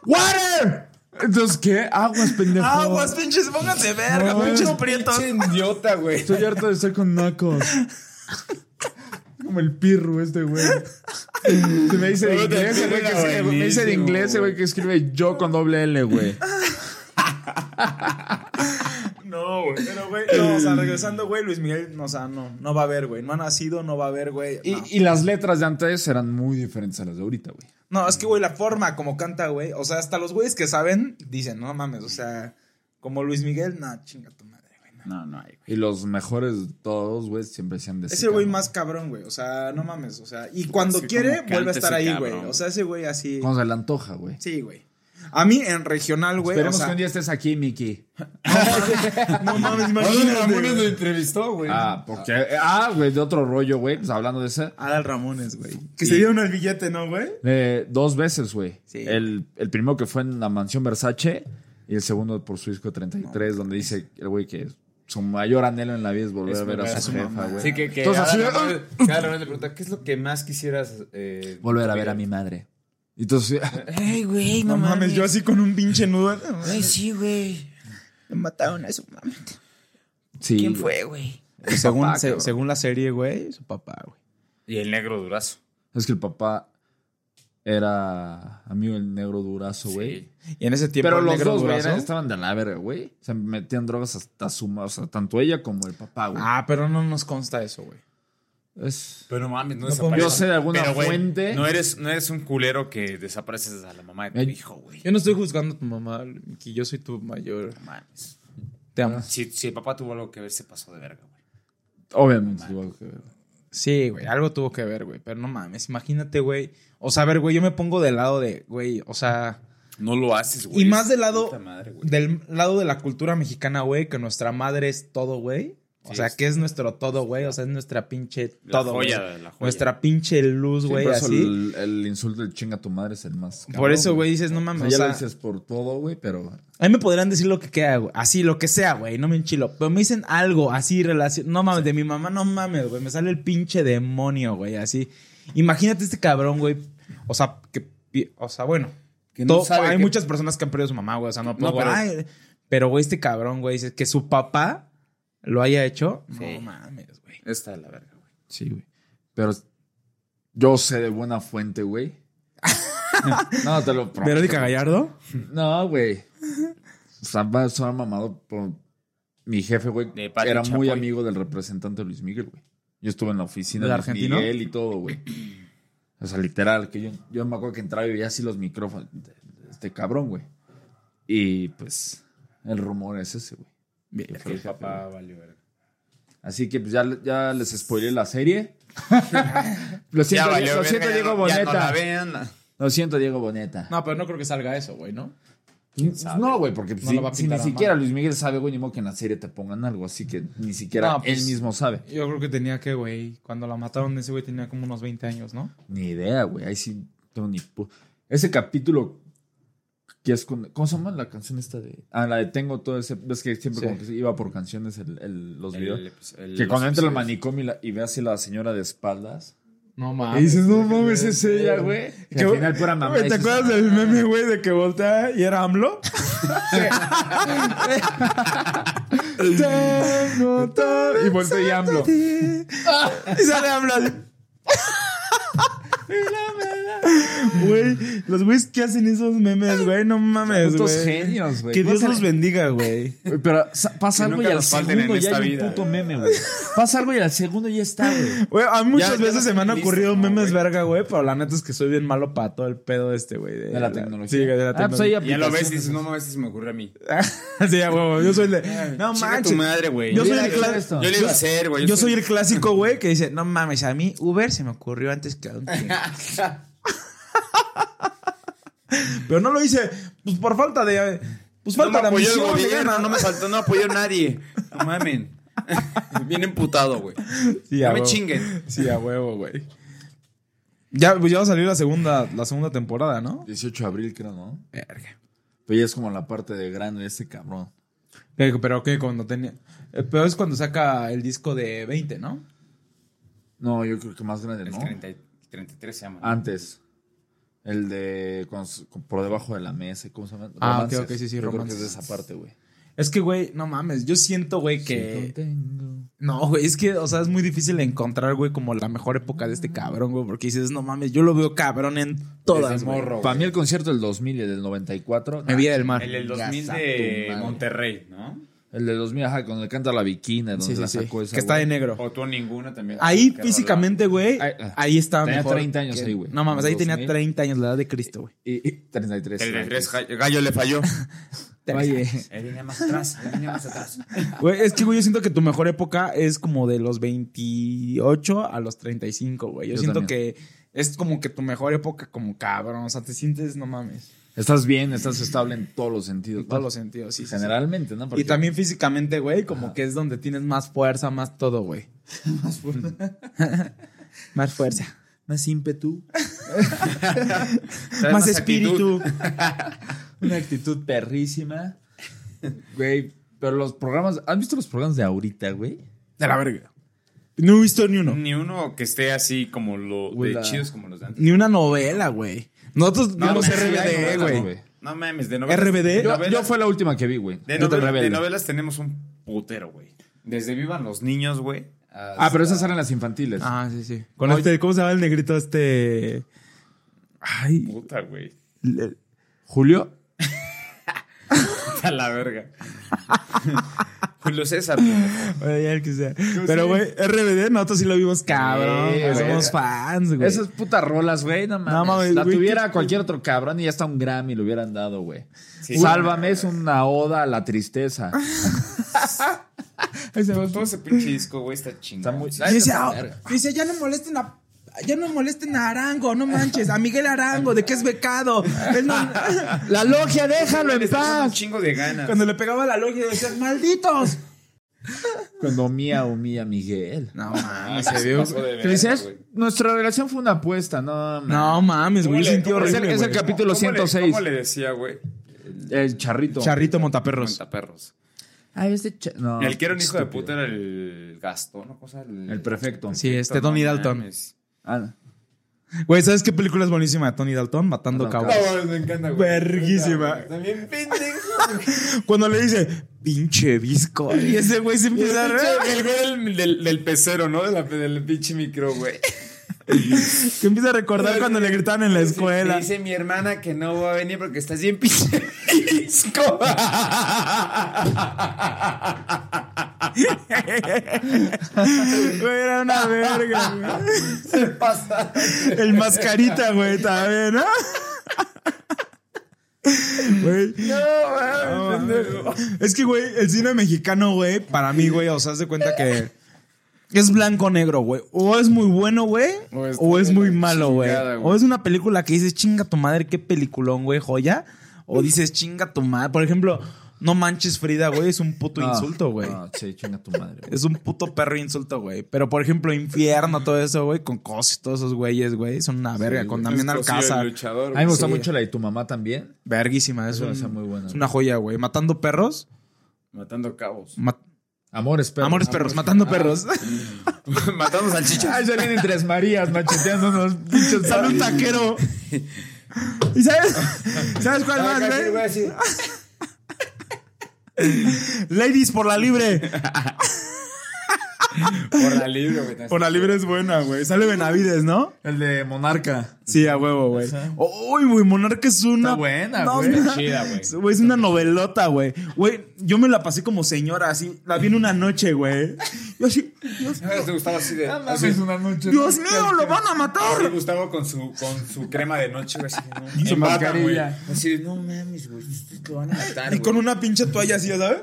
¡Water! Entonces, ¿qué? Aguas, pendejo.
Aguas, pinches, pónganse verga,
No,
pinches
no,
prietos.
idiota, güey.
Estoy harto de estar con nacos. Como el pirro este güey. Se me dice de
Puta,
inglés,
sí,
güey, que
era
escribe- me dice de
buenísimo, Ah.
inglés, güey, que escribe yo con doble L, güey.
No, güey, pero güey, no, o sea, regresando, güey, Luis Miguel, no, o sea, no, no va a haber, güey. No ha nacido, no va a haber, güey.
Y,
no.
y las letras de antes eran muy diferentes a las de ahorita, güey.
No, es que, güey, la forma como canta, güey. O sea, hasta los güeyes que saben dicen, no mames, o sea, como Luis Miguel, no, chinga tu madre, güey. no.
No, no hay, güey.
Y los mejores de todos, güey, siempre se han de
Es
ese
el güey
cabrón.
más cabrón, güey. O sea, no mames, o sea, y cuando
Es que
quiere,
como canta
vuelve a estar
ese
ahí,
cabrón.
güey. O sea, ese güey así.
Cuando se le antoja, güey.
Sí, güey. A mí en regional, güey. O
Esperemos que
sea,
un día estés aquí, Mickey.
no mames, imagínate. güey.
entrevistó, güey.
Ah, porque. Ah, güey, de otro rollo, güey. Pues hablando de ese.
Ah, Adal Ramones, güey. Que se dieron el billete, ¿no, güey?
Eh, dos veces, güey.
Sí.
El, el primero que fue en la mansión Versace y el segundo por su disco 33, donde dice el güey que su mayor anhelo en la vida es volver a ver a su, jefa, güey.
Sí, que, que
Entonces, así,
cada,
ah,
cada vez le pregunta, ¿qué es lo que más quisieras eh,
volver a ver a mi madre. Y entonces,
Ay, güey,
No, mames, yo así con un pinche nudo. "Ah,
Ay, sí, güey.
Me mataron a su mamá.
sí.
¿Quién fue, güey?
Según,
Papá,
se-
cabrón.
según la serie, güey, su papá, güey.
Y el negro durazo.
Es que el papá era amigo del negro durazo, güey.
Y en ese tiempo
Pero
el
los
negro
dos, güey,
durazo-
eran- estaban de la verga, güey. Se metían drogas hasta su ma- o sea, tanto ella como el papá, güey.
Ah, pero no nos consta eso, güey.
Es-
Pero no mames, no,
podemos-
desapareces.
Yo sé de alguna
Pero, güey,
fuente.
No eres, no eres un culero que desapareces a la mamá de tu
Ey.
hijo, güey.
Yo no estoy juzgando a tu mamá, Miki. Yo soy tu mayor. Ah.
No mames.
Te amo.
Si, si el papá tuvo algo que ver, se pasó de verga, güey.
Obviamente, igual que-
Sí, güey, algo tuvo que ver, güey. Pero no mames, imagínate, güey. O sea, a ver, güey, yo me pongo del lado de, güey, o sea,
No lo haces, güey.
Y más del lado-
Puta madre, güey.
del lado de la cultura mexicana, güey, que nuestra madre es todo, güey. O
Sí,
sea,
es-
que es nuestro todo, güey. O sea, es nuestra pinche
La
todo, güey.
joya, la joya.
Nuestra pinche luz,
Sí,
güey,
por eso
así.
el, el insulto del chinga a tu madre es el más.
Por
cabrón,
eso, güey, dices, no
O
mames,
sea,
o
ya
sea,
lo dices por todo, güey, pero.
a mí me podrán decir lo que quiera, güey. Así, lo que sea, güey, no me enchilo. Pero me dicen algo así, relación. No mames, de mi mamá, no mames, güey. Me sale el pinche demonio, güey, así. Imagínate este cabrón, güey. O sea, que. pi- O sea, bueno.
Que no
todo-
sabe
hay
que-
muchas personas que han perdido a su mamá, güey. O sea, no,
No,
pero,
pero-
pero, güey, este cabrón, güey, dice que su papá lo haya hecho. No mames, güey.
Esta es la verga, güey.
Sí, güey. Pero yo sé de buena fuente, güey. no, te lo prometo.
Verónica Gallardo.
No, güey. O sea, va a sonar mamado por mi jefe, güey.
De Pati
Era muy
Chapoy.
amigo del representante Luis Miguel, güey. Yo estuve en la oficina
¿Del
de
argentino?
argentino? Miguel y todo, güey. O sea, literal, que yo, yo me acuerdo que entraba y veía así los micrófonos. de- de Este cabrón, güey. Y pues, el rumor es ese, güey. Que fue el jefe, güey.
valió verga.
Así que pues ya, ya les spoileé la serie. lo siento,
Ya valió
lo
verga,
siento,
ya
Diego
no- ya no la
Boneta.
vean.
Lo siento, Diego Boneta.
No, pero no creo que salga eso, güey, ¿no?
No, güey, porque pues,
No
si,
lo va a
si
pintar
ni
a
siquiera Luis Miguel sabe, güey, ni modo que en la serie te pongan algo, así que ni siquiera
No, pues-
él mismo sabe.
Yo creo que tenía que, güey, cuando la mataron, ese güey tenía como unos 20 años, ¿no?
Ni idea, güey. Ahí sí tengo ni pu- Ese capítulo que es con, ¿Cómo se llama la canción esta de.? Ah, la de Tengo todo ese. Ves que siempre
Sí.
como que iba por canciones el- el- los
El-
videos.
el-
que
los
cuando entra
episodios.
al manicomio y, la- y ve así a la señora de espaldas.
No
Y
mames.
dices, no mames, es ella, güey. Que al
Que-
final pura mamá.
Güey, ¿Te
dices,
acuerdas del meme, güey, de que voltea y era AMLO?
"Tengo todo-" Y voltea y AMLO.
Y sale AMLO. así.
Güey, los güeyes que hacen esos memes, güey, no mames,
Putos
güey.
genios, güey.
Que
No
Dios
se-
los bendiga, güey.
Güey, Pero sa- pasa algo y
nunca
al
nos falten en
segundo ya
esta
hay un
vida.
puto meme, güey. Pasa algo y al segundo ya está, güey.
Güey, a mí muchas
ya
veces
los
se me han
tengo
ocurrido
listos, ¿no,
memes
güey?
verga, güey, pero la neta es que soy bien malo para todo el pedo este, güey. De,
De la tecnología.
Sí, de la
Ah, pues hay
tecnología.
Ya lo ves y
aplicaciones.
dices, no mames, si se me ocurre a mí.
sí, a huevo, yo soy el de. No
Chinga
manches.
tu madre, güey.
Yo soy
Mira,
el
¿qué
cla-
es esto?
Yo le iba a hacer, güey.
Yo soy el clásico, güey, que dice, no mames, a mí Uber se me ocurrió antes que a un cliente". Pero no lo hice, pues por falta de. Pues
No me
falta de
apoyó el
ambición,
gobierno,
güey.
no me faltó, no apoyó nadie. No mamen. Bien emputado, güey.
Sí, a
No me
huevo.
chinguen.
Sí, a huevo, güey. Ya, pues ya va a salir la segunda, la segunda temporada, ¿no?
18 de abril, creo, ¿no?
Verga.
Pero ya es como la parte de grande de este cabrón.
Eh, Pero que cuando tenía. eh, Pero es cuando saca el disco de 20, ¿no?
No, yo creo que más grande,
El
¿no?
30 el 33 se llama. ¿no?
Antes. El de con s- con- por debajo de la mesa, ¿cómo se llama?
Ah, ok,
Romances.
ok, sí, sí,
Yo creo que
romances.
es de esa parte, güey.
Es que, güey, no mames, yo siento, güey, que. No, güey, es que, o sea, es muy difícil encontrar, güey, como la mejor época de
Mm.
este cabrón, güey, porque dices, no mames, yo lo veo cabrón en todas, güey.
Para mí el concierto del 2000 y el del 94.
Me vida del mar.
El del 2000 de Monterrey, ¿no?
El del 2000, ajá, cuando le canta la bikini, donde
Sí, sí,
la
sí,
sacó esa.
que está
güey.
de negro.
O tú ninguna también.
Ahí
Qué
físicamente, güey,
Ay, ah,
ahí estaba
tenía
mejor
30 años ahí, güey.
No mames, ahí tenía
2000.
30 años, la edad de Cristo, güey.
Y, y 33.
rola. 33 gallo- gallo le falló.
Oye,
Él venía más atrás, él venía más atrás.
Güey, es que, güey, yo siento que tu mejor época es como de los 28 a los 35, güey. Yo,
Yo
siento
también.
que es como que tu mejor época como cabrón, o sea, te sientes, no mames,
estás bien, estás estable en todos los sentidos.
en todos
¿no?
los sentidos, sí. sí, sí.
Generalmente, ¿no? Porque-
Y también físicamente, güey, como que es donde tienes más fuerza, más todo, güey. más fuerza.
Más ímpetu.
Traes
más
actitud.
espíritu.
Una actitud perrísima. Güey, pero los programas. ¿Has visto los programas de ahorita, güey?
De la verga. No he visto ni uno.
Ni uno que esté así como lo de
Hola.
chidos como los de antes.
Ni una novela, güey. Nosotros vimos
mames,
RBD,
no,
güey.
no, No mames, de novelas.
RBD.
de
Yo,
novelas-
yo fue la última que vi, güey.
de,
Yo te
novela- de
rebelde.
novelas tenemos un putero, güey. Desde Vivan los Niños, güey.
Ah, pero esas eran las infantiles.
Ah, sí, sí. Con este, ¿cómo se llama el negrito este? Ay,
Puta, güey.
le-
Julio.
A la verga. Julio César.
ay, el que sea. Pero, güey, RBD, nosotros sí lo vimos cabrón.
Sí,
güey.
güey.
somos fans, güey.
Esas putas rolas, güey, no mames.
No mames,
la
güey,
tuviera
qué-
cualquier otro cabrón y ya está un Grammy lo hubieran dado, güey. Sálvame es una oda a la tristeza.
Todo, todo ese pinche disco, güey, está chingón.
Está muy-
Y dice, "Ah", dice, ya no molesten a. Ya no molesten a Arango, no manches. A Miguel Arango, de que es becado. Él no-
La logia, déjalo en
un
paz.
chingo de ganas.
Cuando le pegaba la logia decías, malditos.
Cuando Mía humilla a Miguel.
No mames.
se vio.
Que dices, nuestra relación fue una apuesta, no mames.
No mames, güey. Sintió
Es el,
horrible.
es el
güey.
capítulo
Le,
106.
¿Cómo le decía, güey?
El charrito.
Charrito Montaperros.
Montaperros.
Ay, este cha- no,
el que era un hijo de
estúpido.
puta era el Gastón, ¿no? Cosa, el,
El prefecto.
Sí, este Tony
No
Dalton.
mames.
Ah,
Güey, ¿sabes qué película es buenísima de Tony Dalton? Matando
Matando
cabos.
me encanta,
Verguísima.
También pendejo.
Cuando le dice, pinche visco. Y ese güey se empieza a reír.
El güey del, del- del pecero, ¿no? De la- del pinche micro, güey.
Que empieza a recordar cuando le gritaban en la escuela.
Dice mi hermana que no va a venir porque estás bien pinche disco.
Güey, era una verga, güey. El mascarita, güey, también, ¿no? Güey. No, Es que, güey, el cine mexicano, güey, para mí, güey, o sea, haz de cuenta que es blanco-negro, güey. O es muy bueno, güey, o, es muy malo, güey. O es una película que dices, chinga tu madre, qué peliculón, güey, joya. O dices, chinga tu madre. Por ejemplo, No manches Frida, güey, es un puto
No,
insulto, güey.
No, sí, chinga tu madre. güey.
Es un puto perro insulto, güey. Pero, por ejemplo, infierno, todo eso, güey, con cosas, todos esos güeyes, güey, son una verga. con Damián Alcázar.
A mí me gusta mucho la de tu mamá también.
Verguísima, es,
Eso
un-
está muy buena.
es una joya, güey. Matando perros.
Matando cabos.
ma-
Amores, perros.
amores perros, Ah. matando perros.
Matando salchichas.
Ay, se vienen tres Marías macheteando unos pinches.
Sale un taquero. ¿Y sabes? ¿Sabes cuál más,
¿eh?
güey? Ladies por la libre.
Por la libre, güey.
Por la libre es buena, güey. Sale Benavides, ¿no?
El de Monarca.
Sí, a huevo, güey. Uy, güey, Monarca es una.
Está buena,
No,
güey.
mira.
Chida, güey.
Güey, es una novelota, güey. Güey, yo me la pasé como señora, así. La vi en una noche, güey. Yo así, Dios,
Te gustaba así de.
Ah,
Así es una noche.
Dios mío, lo van a
Así
matar.
Gustavo con su, con su crema de noche, güey. Así, ¿no?
Su
En bata,
mascarilla.
güey. Así, no mames, güey. Te van a matar.
Y
güey.
con una pinche toalla así, ¿ya ¿sabes?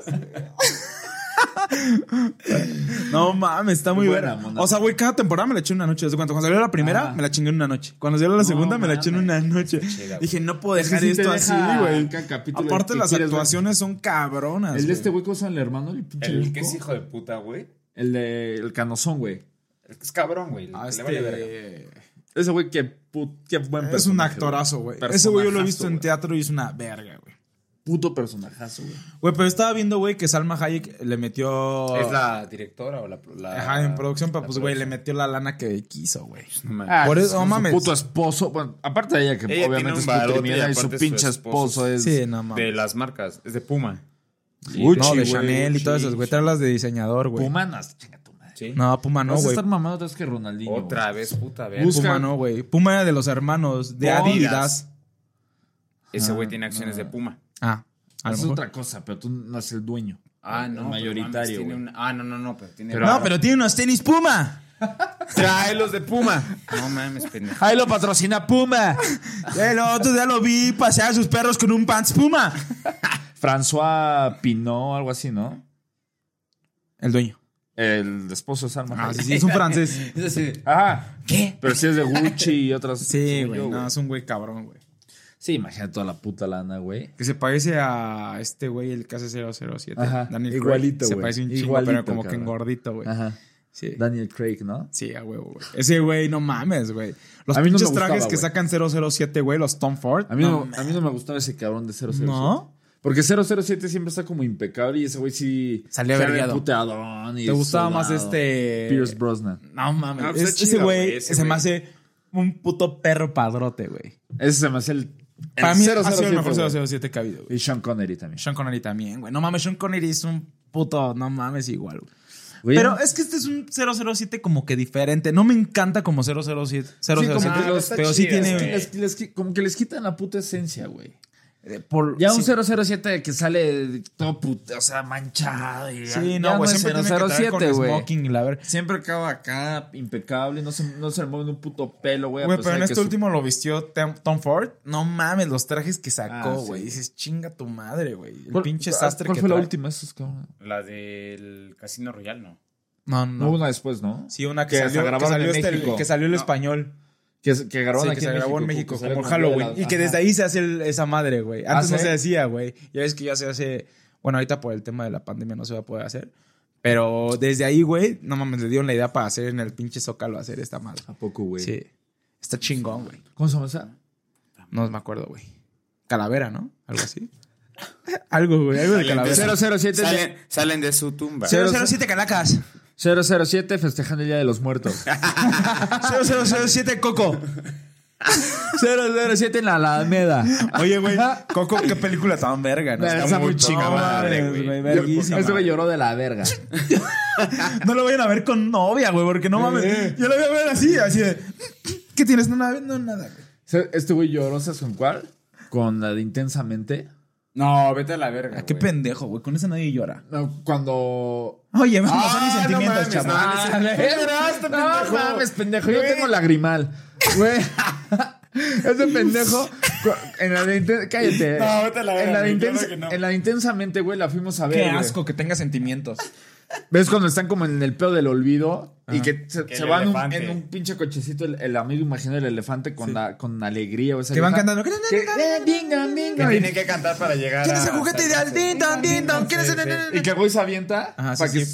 No mames, está muy buena.
buena, Ah. mona.
O sea, güey, cada temporada me la eché en una noche. Desde cuando, cuando salió la primera, me la chingué en una noche. Cuando salió la segunda, me la eché en una noche. Dije, no puedo dejar
sí te
esto así,
deja
güey.
acá capítulo
Aparte,
que
las
quieres ver.
actuaciones son cabronas.
El de
güey.
este güey, ¿cómo se llama el hermano? El pinche.
El
loco?
que es hijo de puta, güey.
El de El Canozón, güey.
Es cabrón, güey.
Ah,
que
este-
le vale verga.
Ese güey, qué, put- qué buen personaje.
Es un
güey.
actorazo, güey. Ese güey yo lo he visto en
güey.
teatro y es una verga, güey.
Puto personajazo, güey.
Güey, pero estaba viendo, güey, que Salma Hayek le metió.
¿Es la directora o la.? la-
Oh. Ajá, en producción, pero pues, güey, le metió la lana que quiso, güey.
Ah,
Por eso,
su-
no
su
mames.
Puto esposo. Bueno, aparte de ella,
Ella
que
tiene
obviamente
un
es
barote
puto
y
criminal y su
aparte su
pinche
esposo
esposo es.
Sí, no mames.
De las marcas. Es de Puma.
Gucci,
no, de
güey.
Chanel y todas esas, güey. Trae las de diseñador, güey.
Puma, Pues no, Ah, chinga tu madre.
No, Puma no,
Vas a
güey.
estar mamado otra vez que Ronaldinho.
Otra vez, puta verga.
Busca-
Puma no, güey. Puma era de los hermanos, de
Adidas.
Adidas.
Ese güey tiene acciones de Puma.
Ah, a
güey.
lo
Es
mejor.
otra cosa, pero tú no eres el dueño.
Ah, no. pero
mayoritario,
mames, tiene
güey.
un- Ah, no, no, no. Pero tiene.
No, pero tiene unos tenis Puma.
Trae los de Puma. No mames, pendejo.
Ahí lo patrocina Puma.
El otro día lo vi pasear a sus perros con un pants Puma.
François Pinot, algo así, ¿no?
El dueño.
El esposo de Salma.
Ah, sí,
Hayek.
sí, es un francés.
Es así.
Ajá. ¿Qué? Pero sí es de Gucci y otras.
Sí, güey. No, es un güey cabrón, güey.
Sí, imagínate toda la puta lana, güey.
Que se parece a este güey, el KC007.
Ajá,
Daniel Craig.
igualito,
Se
güey.
parece un chingo,
Igualito,
pero como que
cabrón.
engordito, güey.
Ajá.
Sí.
Daniel Craig, ¿no?
Sí, a huevo, güey. Ese güey, no mames, güey. Los
A mí no me
pinches
gustaba,
trajes que
güey. Ah,
sacan 007, güey, los Tom Ford.
A mí no, a mí no me gustaba ese cabrón de 007.
¿No?
Porque 007 siempre está como impecable y ese güey sí.
Salía
sale
vergueado.
puteadón y
¿Te gustaba
sudado.
más este-
Pierce Brosnan.
No mames.
Ah, pues
Es-
está
ese
chido,
güey
güey, ese
se me
güey.
hace un puto perro padrote, güey.
Ese se me hace el. el
Para mí ha sido el
007,
mejor
güey.
007 que ha habido, güey.
Y Sean Connery también.
Sean Connery también, güey. No mames, Sean Connery es un puto, no mames, igual, güey.
Güey,
Pero es que este es un 007 como que diferente. No me encanta como 007. 007
como que los-
pero sí
es
tiene...
que les- les qui- como que les quitan la puta esencia, güey.
eh, por-
Ya un
sí.
007 que sale todo puto, o sea, manchado. Y
Sí,
ya
no, güey.
es
siempre tiene que traer con smoking y la ver-
Siempre acaba acá impecable, no se, no se le mueve un puto pelo, güey. a
Güey,
pesar
pero en
de pues, que
este
su-
último lo vistió Tem- Tom Ford. No mames, los trajes que
Ah,
sacó,
sí.
güey. Dices, chinga tu madre, güey. El
¿Cuál-
pinche
cuál-
sastre
¿Cuál
que
fue la
trae.
última? Esos, cabrón?
La del Casino Royal, no.
No,
No,
no.
una después, ¿no?
Sí, una
Que
que,
se
salió, que
grabaron
salió,
en
este-
México.
que salió el español.
Que, que grabaron
Sí,
aquí
que se
en
grabó en
México,
México,
que salió
como
con
Halloween.
Mandela.
Y
Ajá.
que
Ah,
desde ahí se hace el- esa madre, güey. Antes no
¿sí?
se hacía, güey. Ya ves que ya se hace. Bueno, ahorita por el tema de la pandemia no se va a poder hacer. Pero desde ahí, güey, no mames, le dieron la idea para hacer en el pinche Zócalo, hacer esta madre.
¿A poco, güey?
Sí. Está chingón, güey.
¿Cómo se llama esa?
No me acuerdo, güey. Calavera, ¿no? Algo así. algo, güey. Algo de calavera.
007,
Salen, salen de su tumba.
007 Calacas.
007 festejando el Día de los Muertos.
0007 Coco.
007 en la Alameda.
Oye, güey. Coco, qué película tan verga, ¿no?
Está muy
chingada,
madre,
güey. verguísima.
Este güey lloró de la verga.
No lo vayan a ver con novia, güey, porque no mames. Yo lo voy a ver así, así de. ¿Qué tienes? No, nada, no, nada. güey.
Se- Este güey lloró, ¿sabes con cuál? Con la de Intensamente.
No, vete a la verga.
Ah, Qué
güey.
pendejo, güey. Con eso nadie llora. Ah,
No, Cuando.
Oye, vamos a mis
no
sentimientos,
mames,
chaval.
no,
Ah, no, mames, pendejo. Yo tengo lagrimal. Güey. Ese pendejo. cu- En la de inten- Cállate.
No, vete a la
en,
verga,
la de
güey,
intens-
claro que no.
en la de intensamente, güey, la fuimos a ver.
Qué
güey.
asco que tenga sentimientos.
¿Ves cuando están como en el pedo del olvido? Y
Ajá.
que se,
Que
se
el
van un-
elefante.
en un pinche cochecito el, el amigo imaginario del elefante con, la, con alegría. O esa
Que van
vieja.
cantando.
Que- eh, bingo, bingo,
Que
y-
tiene que cantar para llegar
¿Quieres
a-
el juguete ideal? Din, don, din, don. ¿Quieres el-
Y que güey se avienta
Ajá, sí,
para que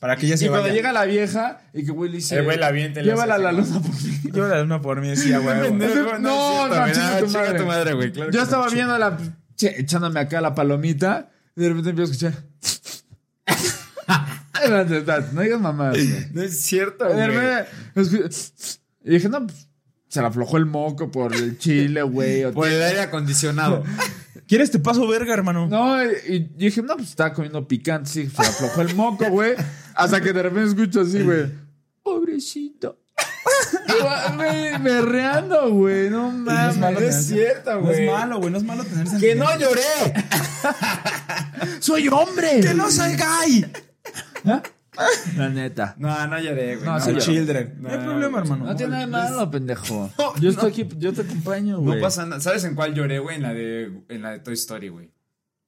Para que ya
Y
se
cuando
vaya.
llega la vieja y que güey le dice,
El Eh, güey la avienta y le
llévala a
hace
la
así
luna por mí.
Yo la una por mí decía, güey.
No, no, no, chinga tu
Ah, chinga
madre.
tu madre, güey. Claro
Yo
que
estaba viendo la che, echándome acá la palomita y de repente empiezo a escuchar. no digas mamá.
No es cierto,
De
güey.
repente, escu- y dije, no, pues, se la aflojó el moco por el chile, güey. o-
Por el aire acondicionado.
¿Quieres te paso verga, hermano?
No, y y dije, no, pues estaba comiendo picante, sí, se le aflojó el moco, güey. Hasta que de repente escucho así, güey. Pobrecito. Güey, me reando, güey, no
malo
mames.
tener-
cierto,
No es malo, güey. No es malo tener
¡Que no lloré!
¡Soy hombre!
¡Que no soy gay!
La neta.
No, no lloré, güey.
No,
No,
soy
lloré.
Children. No hay problema, hermano.
No tiene nada de malo, pendejo. Yo estoy aquí, yo te acompaño, güey.
No pasa nada. ¿Sabes en cuál lloré, güey? En la de, en la de Toy Story, güey.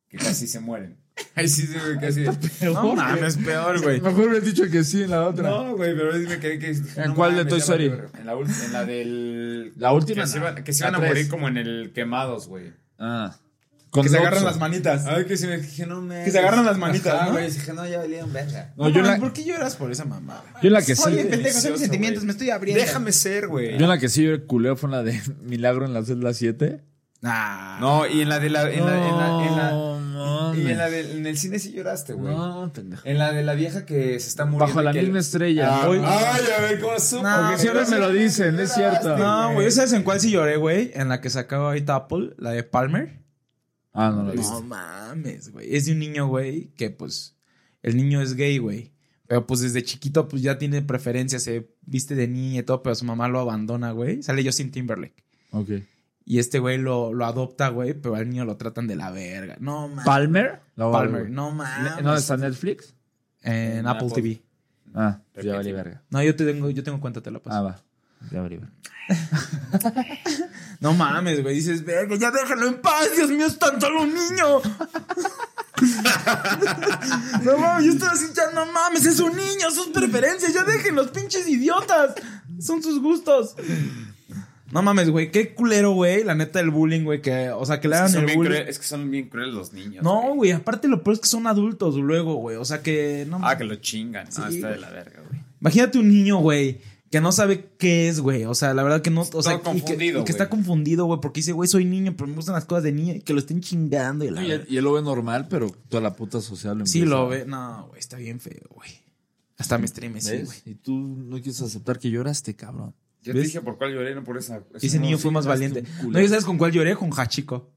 Que casi se mueren. Ahí sí, sí, güey, casi.
No mames, peor, güey.
Mejor hubieras dicho que sí en la otra.
No, güey, pero sí me quedé que. dije,
¿En
no
cuál de
mames,
Toy
ya valió,
Story?
güey. En la, ul- en la del.
La última.
Que se, iba- que se iban a
La tres.
morir como en el quemados, güey.
Ah. Con
Que se agarran
Lotso.
las manitas.
Ay, que se me dije, no me.
Que se agarran las manitas,
Ah,
¿no?
güey, dije, no, ya valieron verga.
No, yo en la,
¿Por qué lloras por esa mamá?
yo en la que sí.
Delicioso, güey.
me estoy abriendo.
Déjame ser, güey.
Yo en la que sí culeo fue en la de Milagro en la celda 7.
Nah.
No, y en la de la. En la, en la, en la-
No,
y en
mames.
la de- en el cine sí lloraste, güey.
No, pendejo.
En la de la vieja que se está muriendo.
Bajo la
y que- Ah,
misma estrella. Hoy-
Ay, a ver cómo supo.
No,
güey?
Ah, Porque siempre me lo dicen,
ah,
es cierto.
No, güey. ¿Sabes en cuál sí lloré, güey? En la que sacaba ahorita Apple, la de Palmer.
Ah, no lo viste.
No mames, güey. Es de un niño, güey, que pues el niño es gay, güey. Pero pues desde chiquito pues ya tiene preferencias, se viste de niña y todo, pero su mamá lo abandona, güey. Sale Justin Timberlake.
Ok.
Y este güey lo, lo adopta, güey, pero al niño lo tratan de la verga. No mames.
¿Palmer? La
Palmer,
voy a ver,
no
güey.
mames.
¿No está en Netflix?
en Apple, TV.
Ah, ya valí verga.
No, yo te tengo, yo tengo pues. cuenta, te la paso.
Ah, va. Ya valí verga.
No mames, güey. Dices, verga, ya déjalo en paz, Dios mío, es tan solo un niño. no mames, yo estaba así, ya no mames, es un niño, sus preferencias, ya dejen los pinches idiotas. Son sus gustos. No mames, güey, qué culero, güey. La neta, el bullying, güey, que, o sea, que le
Es que
hagan
son
el
bien
bullying.
cruel- es que son bien crueles los niños.
No, güey, aparte lo peor es que son adultos luego, güey. O sea que, no
Ah, que lo chingan. ah, está de la verga, güey.
Imagínate un niño, güey, que no sabe qué es, güey. O sea, la verdad que no. O sea, y que,
confundido,
y que está
güey.
confundido, güey, porque dice, güey, soy niño, pero me gustan las cosas de niño y que lo estén chingando. Y la
Y él,
verdad.
y él lo ve normal, pero toda la puta social lo
Sí,
empieza a-
lo ve. No, güey, está bien feo, güey. Hasta me estremecí,
¿Ves?
güey.
y tú no quieres aceptar que lloraste, cabrón.
Yo te dije por cuál lloré, no por esa.
Y ese
no,
niño
sí,
fue más
no, es
valiente.
un
No,
culero.
¿y sabes con cuál lloré? Con Hachiko.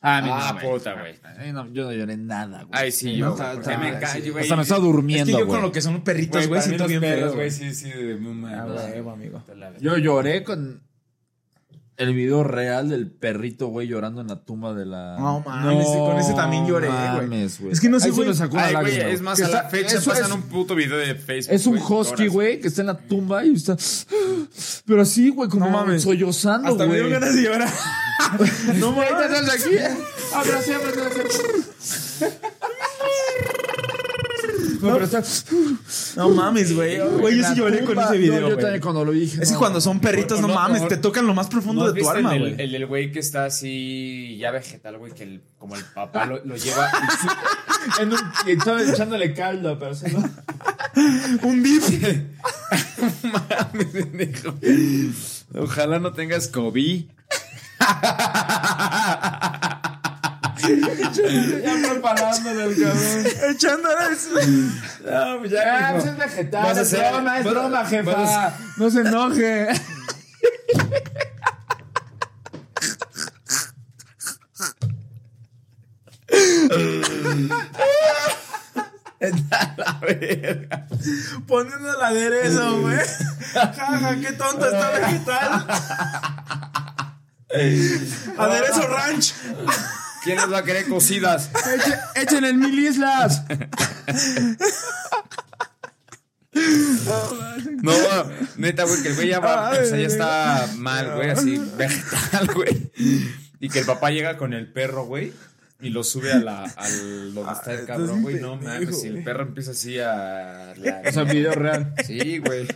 Ah,
Ah, puta, güey.
no, yo no lloré nada, güey.
Ay, sí, yo. güey, porque me enca- yo, güey.
Hasta me estaba
Es
durmiendo,
que yo
güey.
con lo que son
Güey,
perritos, güey,
para mí
siento
los
bien
perros,
feo.
güey, sí,
güey.
sí, de mi
Ah,
madre.
güey, amigo.
Yo lloré con el video real del perrito, güey, llorando en la tumba de la.
No mames, sí, con ese también lloré, güey.
mames, güey.
Es que no sé,
Ahí sí
güey.
me sacó una
Ay, güey,
lágrima,
es más,
Que
a la
está-
fecha
eso
pasan
es-
un puto video de Facebook.
Es un
güey,
husky,
horas.
güey, que está en la tumba y está. Pero así, güey, como
mames.
sollozando,
Hasta me
güey.
dio ganas de llorar.
No mames. Ahí estás aquí. Abracé, abracé, abracé. No, pero está.
No mames, güey. Güey, yo sí lloré con ese video,
No, yo
güey.
también cuando lo vi dije.
Es que
no,
cuando son perritos,
O- o
no
no,
mames,
o-
te tocan lo más
¿No
profundo
has
de tu
visto
alma,
el,
güey.
del- El del güey que está así, ya vegetal, güey, que el- como el papá lo, lo lleva.
en un- y estaba echándole caldo, pero se no.
Un dip.
Ojalá no tengas COVID.
Preparándole el cabrón.
No, pues ya.
Ah, pues
mijo.
es vegetal,
Vas a
es
hacer-
broma, es
vas a-
broma,
vas
jefa. No se enoje.
Poniendo el aderezo, güey. Jaja, qué tonto está vegetal. aderezo ranch.
¿Quién les va a querer cocidas?
Echen, echen el mil islas.
No, neta, güey, que el güey ya, va, o sea, ya está mal, güey, así, vegetal, güey. Y que el papá llega con el perro, güey. y lo sube a la, al donde está el cabrón, güey. No mames, y el perro empieza así a. la-
O sea, video real.
Sí, güey.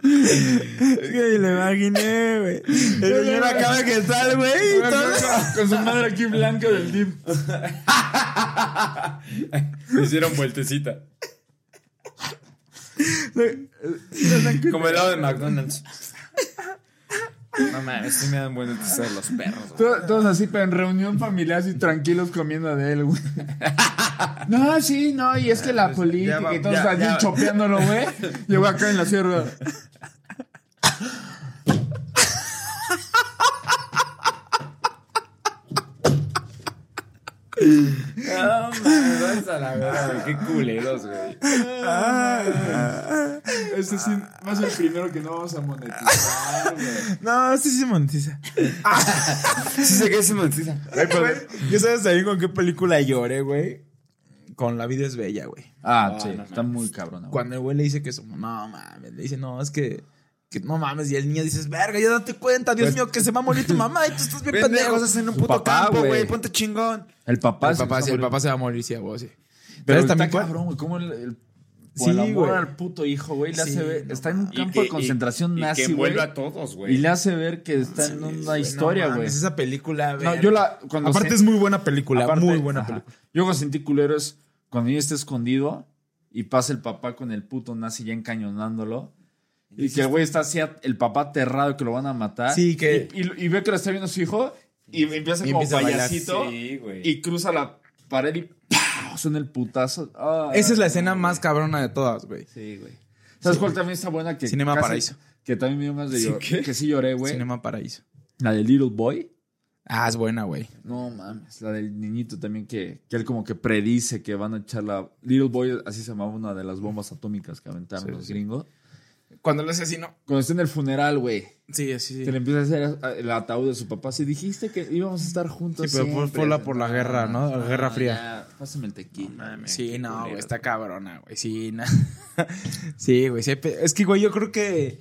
Güey, le imaginé, güey. El señor acaba de que sale, güey. y todo-
Con su madre aquí blanca del DIP.
Le hicieron vueltecita. Como el lado de McDonald's. No mames, sí me dan buen de los perros, güey.
To- Todos así, pero en reunión familiar, así tranquilos comiendo de él, güey. No, sí, no, y es que la política
va-
y todos
ya-
así
ya.
chopeándolo, güey. Llegó acá en la sierra.
No mames, vamos a la verga, güey. Qué culeros, güey.
Este sí
Ah.
va a ser el primero que no vamos a monetizar, güey.
No, sí se monetiza.
Sí sé que se monetiza.
Yo sabes también con qué película lloré, güey. Con La vida es bella, güey.
Ah, sí, está muy cabrón.
Cuando el güey le dice que su no mames, le dice, no, es que, que no mames. Y el niño dices, verga, ya date cuenta, Dios mío, que se va a morir tu mamá y tú estás bien Pues pendejo.
Pendejos en un
Su
puto
papá,
campo,
güey.
güey. Ponte chingón.
El papá,
El papá, sí, el papá se va a morir, sí, a vos, sí. Pero
está
también cuál-
cabrón, güey. ¿Cómo el, el-
Sí,
por el amor
güey.
al puto hijo, güey? Le
Sí,
hace ver-
no
está en un campo de concentración nazi,
Y que
güey.
envuelve a todos,
Y
güey.
le hace ver que está en una historia,
No
güey.
mames, esa película,
No,
verga.
yo la. Cuando
Aparte
se-
es muy buena película,
aparte-
muy buena
ajá.
película.
Yo cuando sentí culero es cuando ella está escondido y pasa el papá con el puto nazi ya encañonándolo. Y que el güey está así, a- el papá aterrado que lo van a matar.
Sí, que-
Y, y- y ve que lo está viendo su hijo y empieza
Y
como
empieza a bailar,
payasito
Sí, güey.
y cruza la pared y ¡pah! suena el putazo. Ah.
Esa es la escena más cabrona de todas, güey.
¿Sabes cuál también está buena? Que
Cinema Paraíso.
Que también me dio más de llorar. que sí lloré, güey.
Cinema Paraíso.
La de Little Boy.
Ah, es buena, güey.
No mames, la del niñito también que, que él como que predice que van a echar la... Little Boy, así se llamaba una de las bombas atómicas que aventaron los gringos.
Cuando lo asesino.
Cuando está en el funeral, güey,
Sí, sí,
que le empieza a hacer el ataúd de su papá. Si dijiste que íbamos a estar juntos
Sí, pero fue-
siempre. Ah,
fue la- por la guerra, ¿no? La Guerra Fría.
ya, pásame el tequila.
Sí, no, güey, está cabrona, güey. Sí, no. sí, güey. sí hay pe- es que, güey, yo creo que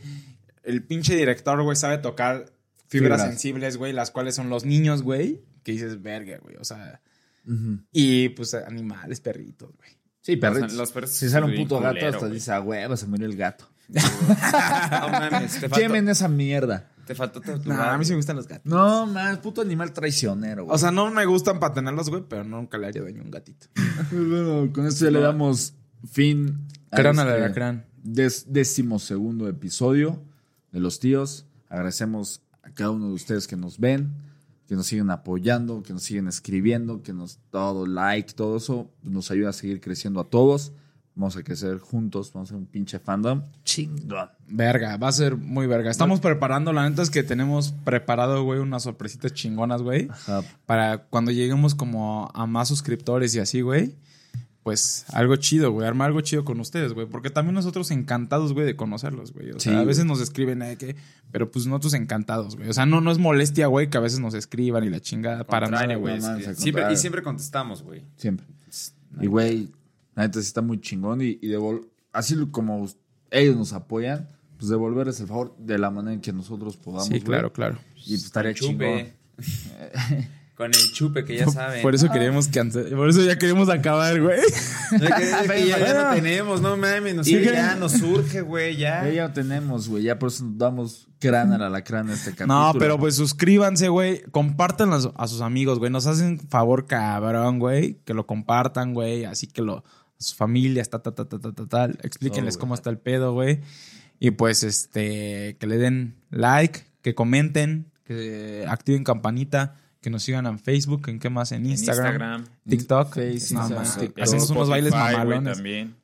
el pinche director, güey, sabe tocar fibras
Fibras.
sensibles, güey, las cuales son los niños, güey, que dices, verga, güey. O sea,
Ujú.
y pues animales, perritos, güey.
Sí, perritos.
Los perros
si sale un
bien
puto gato,
culero,
hasta
güey.
dice, a huevo, se murió el gato.
No mames, te faltó.
Quemen esa mierda.
Te faltó
No,
torturar,
a mí sí
güey.
me gustan los gatos.
No, más puto animal traicionero, güey.
O sea, no me gustan para tenerlos, güey, pero nunca le haría daño a un gatito.
Pues bueno, con esto ya le damos fin
Crán al
este
alacrán.
des- decimosegundo episodio de Los Tíos. Agradecemos a cada uno de ustedes que nos ven, que nos siguen apoyando, que nos siguen escribiendo, que nos todo like, todo eso nos ayuda a seguir creciendo a todos. Vamos a crecer juntos, vamos a ser un pinche fandom. Chingón.
Verga, va a ser muy verga. Estamos preparando, la neta es que tenemos preparado, güey, unas sorpresitas chingonas, güey.
Ajá.
Para cuando lleguemos como a más suscriptores y así, güey. Pues algo chido, güey. Armar algo chido con ustedes, güey. Porque también nosotros encantados, güey, de conocerlos, güey. O
Sí,
sea, a
güey.
veces nos escriben, eh, que... Pero pues nosotros encantados, güey. O sea, no, no es molestia, güey, que a veces nos escriban y la chingada. Para nada,
Contrario,
güey.
no mames,
sí.
al
Siempre-
contrario.
Y siempre contestamos, güey.
Siempre. Y güey, la neta sí está muy chingón y, y devol- así como us- ellos nos apoyan, pues devolverles el favor de la manera en que nosotros podamos.
Sí,
güey.
claro, claro.
Y pues estaría chingón.
Chupe. Con el chupe, que ya saben.
Por eso queremos cancelar. Por eso ya queremos acabar, güey.
Ya que- que ya, ya no tenemos, no mames. Nos,
Sí,
ya nos surge, güey, ya.
Ya, ya lo tenemos, güey. Ya por eso nos damos crán al alacrán en este capítulo.
No, pero pues suscríbanse, güey. Compártanlo a su- a sus amigos, güey. Nos hacen favor, cabrón, güey. Que lo compartan, güey. Así que lo. A sus familias, ta, ta, ta, ta, ta, ta, tal. Explíquenles cómo está el pedo, güey. Y pues, este. Que le den like, que comenten, que activen campanita, que nos sigan en Facebook, en qué más, en
En
Instagram.
Instagram.
Tiktok.
Face,
No,
Instagram,
mames.
TikTok.
Hacemos unos
Spotify,
bailes
güey,
mamalones.
también.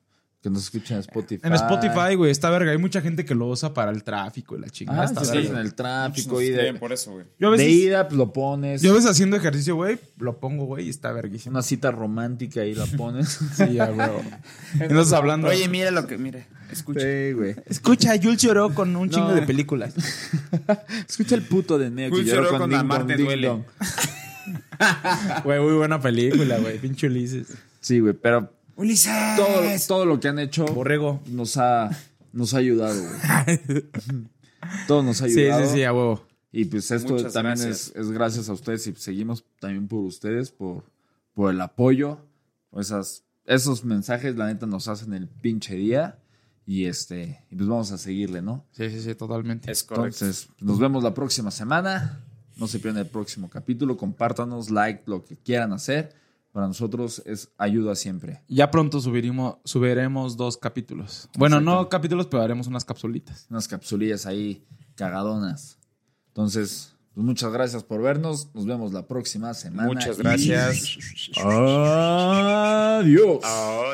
Que nos escuchen en Spotify.
En Spotify, güey, está verga. Hay mucha gente que lo usa para el tráfico y la chingada.
Ah,
está
si
verga.
estás en el tráfico y
Bien,
de,
por eso, güey.
Yo
de
a veces-
ida, pues lo pones.
Yo a veces haciendo ejercicio, güey, lo pongo, güey, y está verguísimo.
Una cita romántica y la pones.
Sí, ya, güey. Entonces hablando.
Oye, mira lo que, mira, escucha.
Sí, güey.
escucha, Jules lloró con un
chingo de
películas.
Escucha el puto de Neo que
Justo
lloró
luego
con,
con
Ding
Amar
Dong,
te
Ding
duele.
Dong.
Güey, muy buena película, güey. Pinche Ulises.
Sí, güey, pero
Ulises.
todo, todo lo que han hecho
Borrego.
nos ha, nos ha ayudado, güey. todo nos ha
Sí,
ayudado.
sí, sí, a huevo.
Y pues esto
Muchas
también
gracias.
Es, es gracias a ustedes y seguimos también por ustedes, por, por el apoyo. por Esas, esos mensajes, la neta, nos hacen el pinche día. Y este, y pues vamos a seguirle, ¿no?
Sí, sí, sí, totalmente.
Es correcto.
Entonces, nos vemos la próxima semana. No se pierdan el próximo capítulo. Compártanos, like, lo que quieran hacer. Para nosotros es ayuda siempre.
Ya pronto subiremos, subiremos dos capítulos. Bueno, no capítulos, pero haremos unas capsulitas.
Unas capsulillas ahí cagadonas. Entonces, pues muchas gracias por vernos. Nos vemos la próxima semana.
Muchas
y-
gracias.
Adiós.
Ah.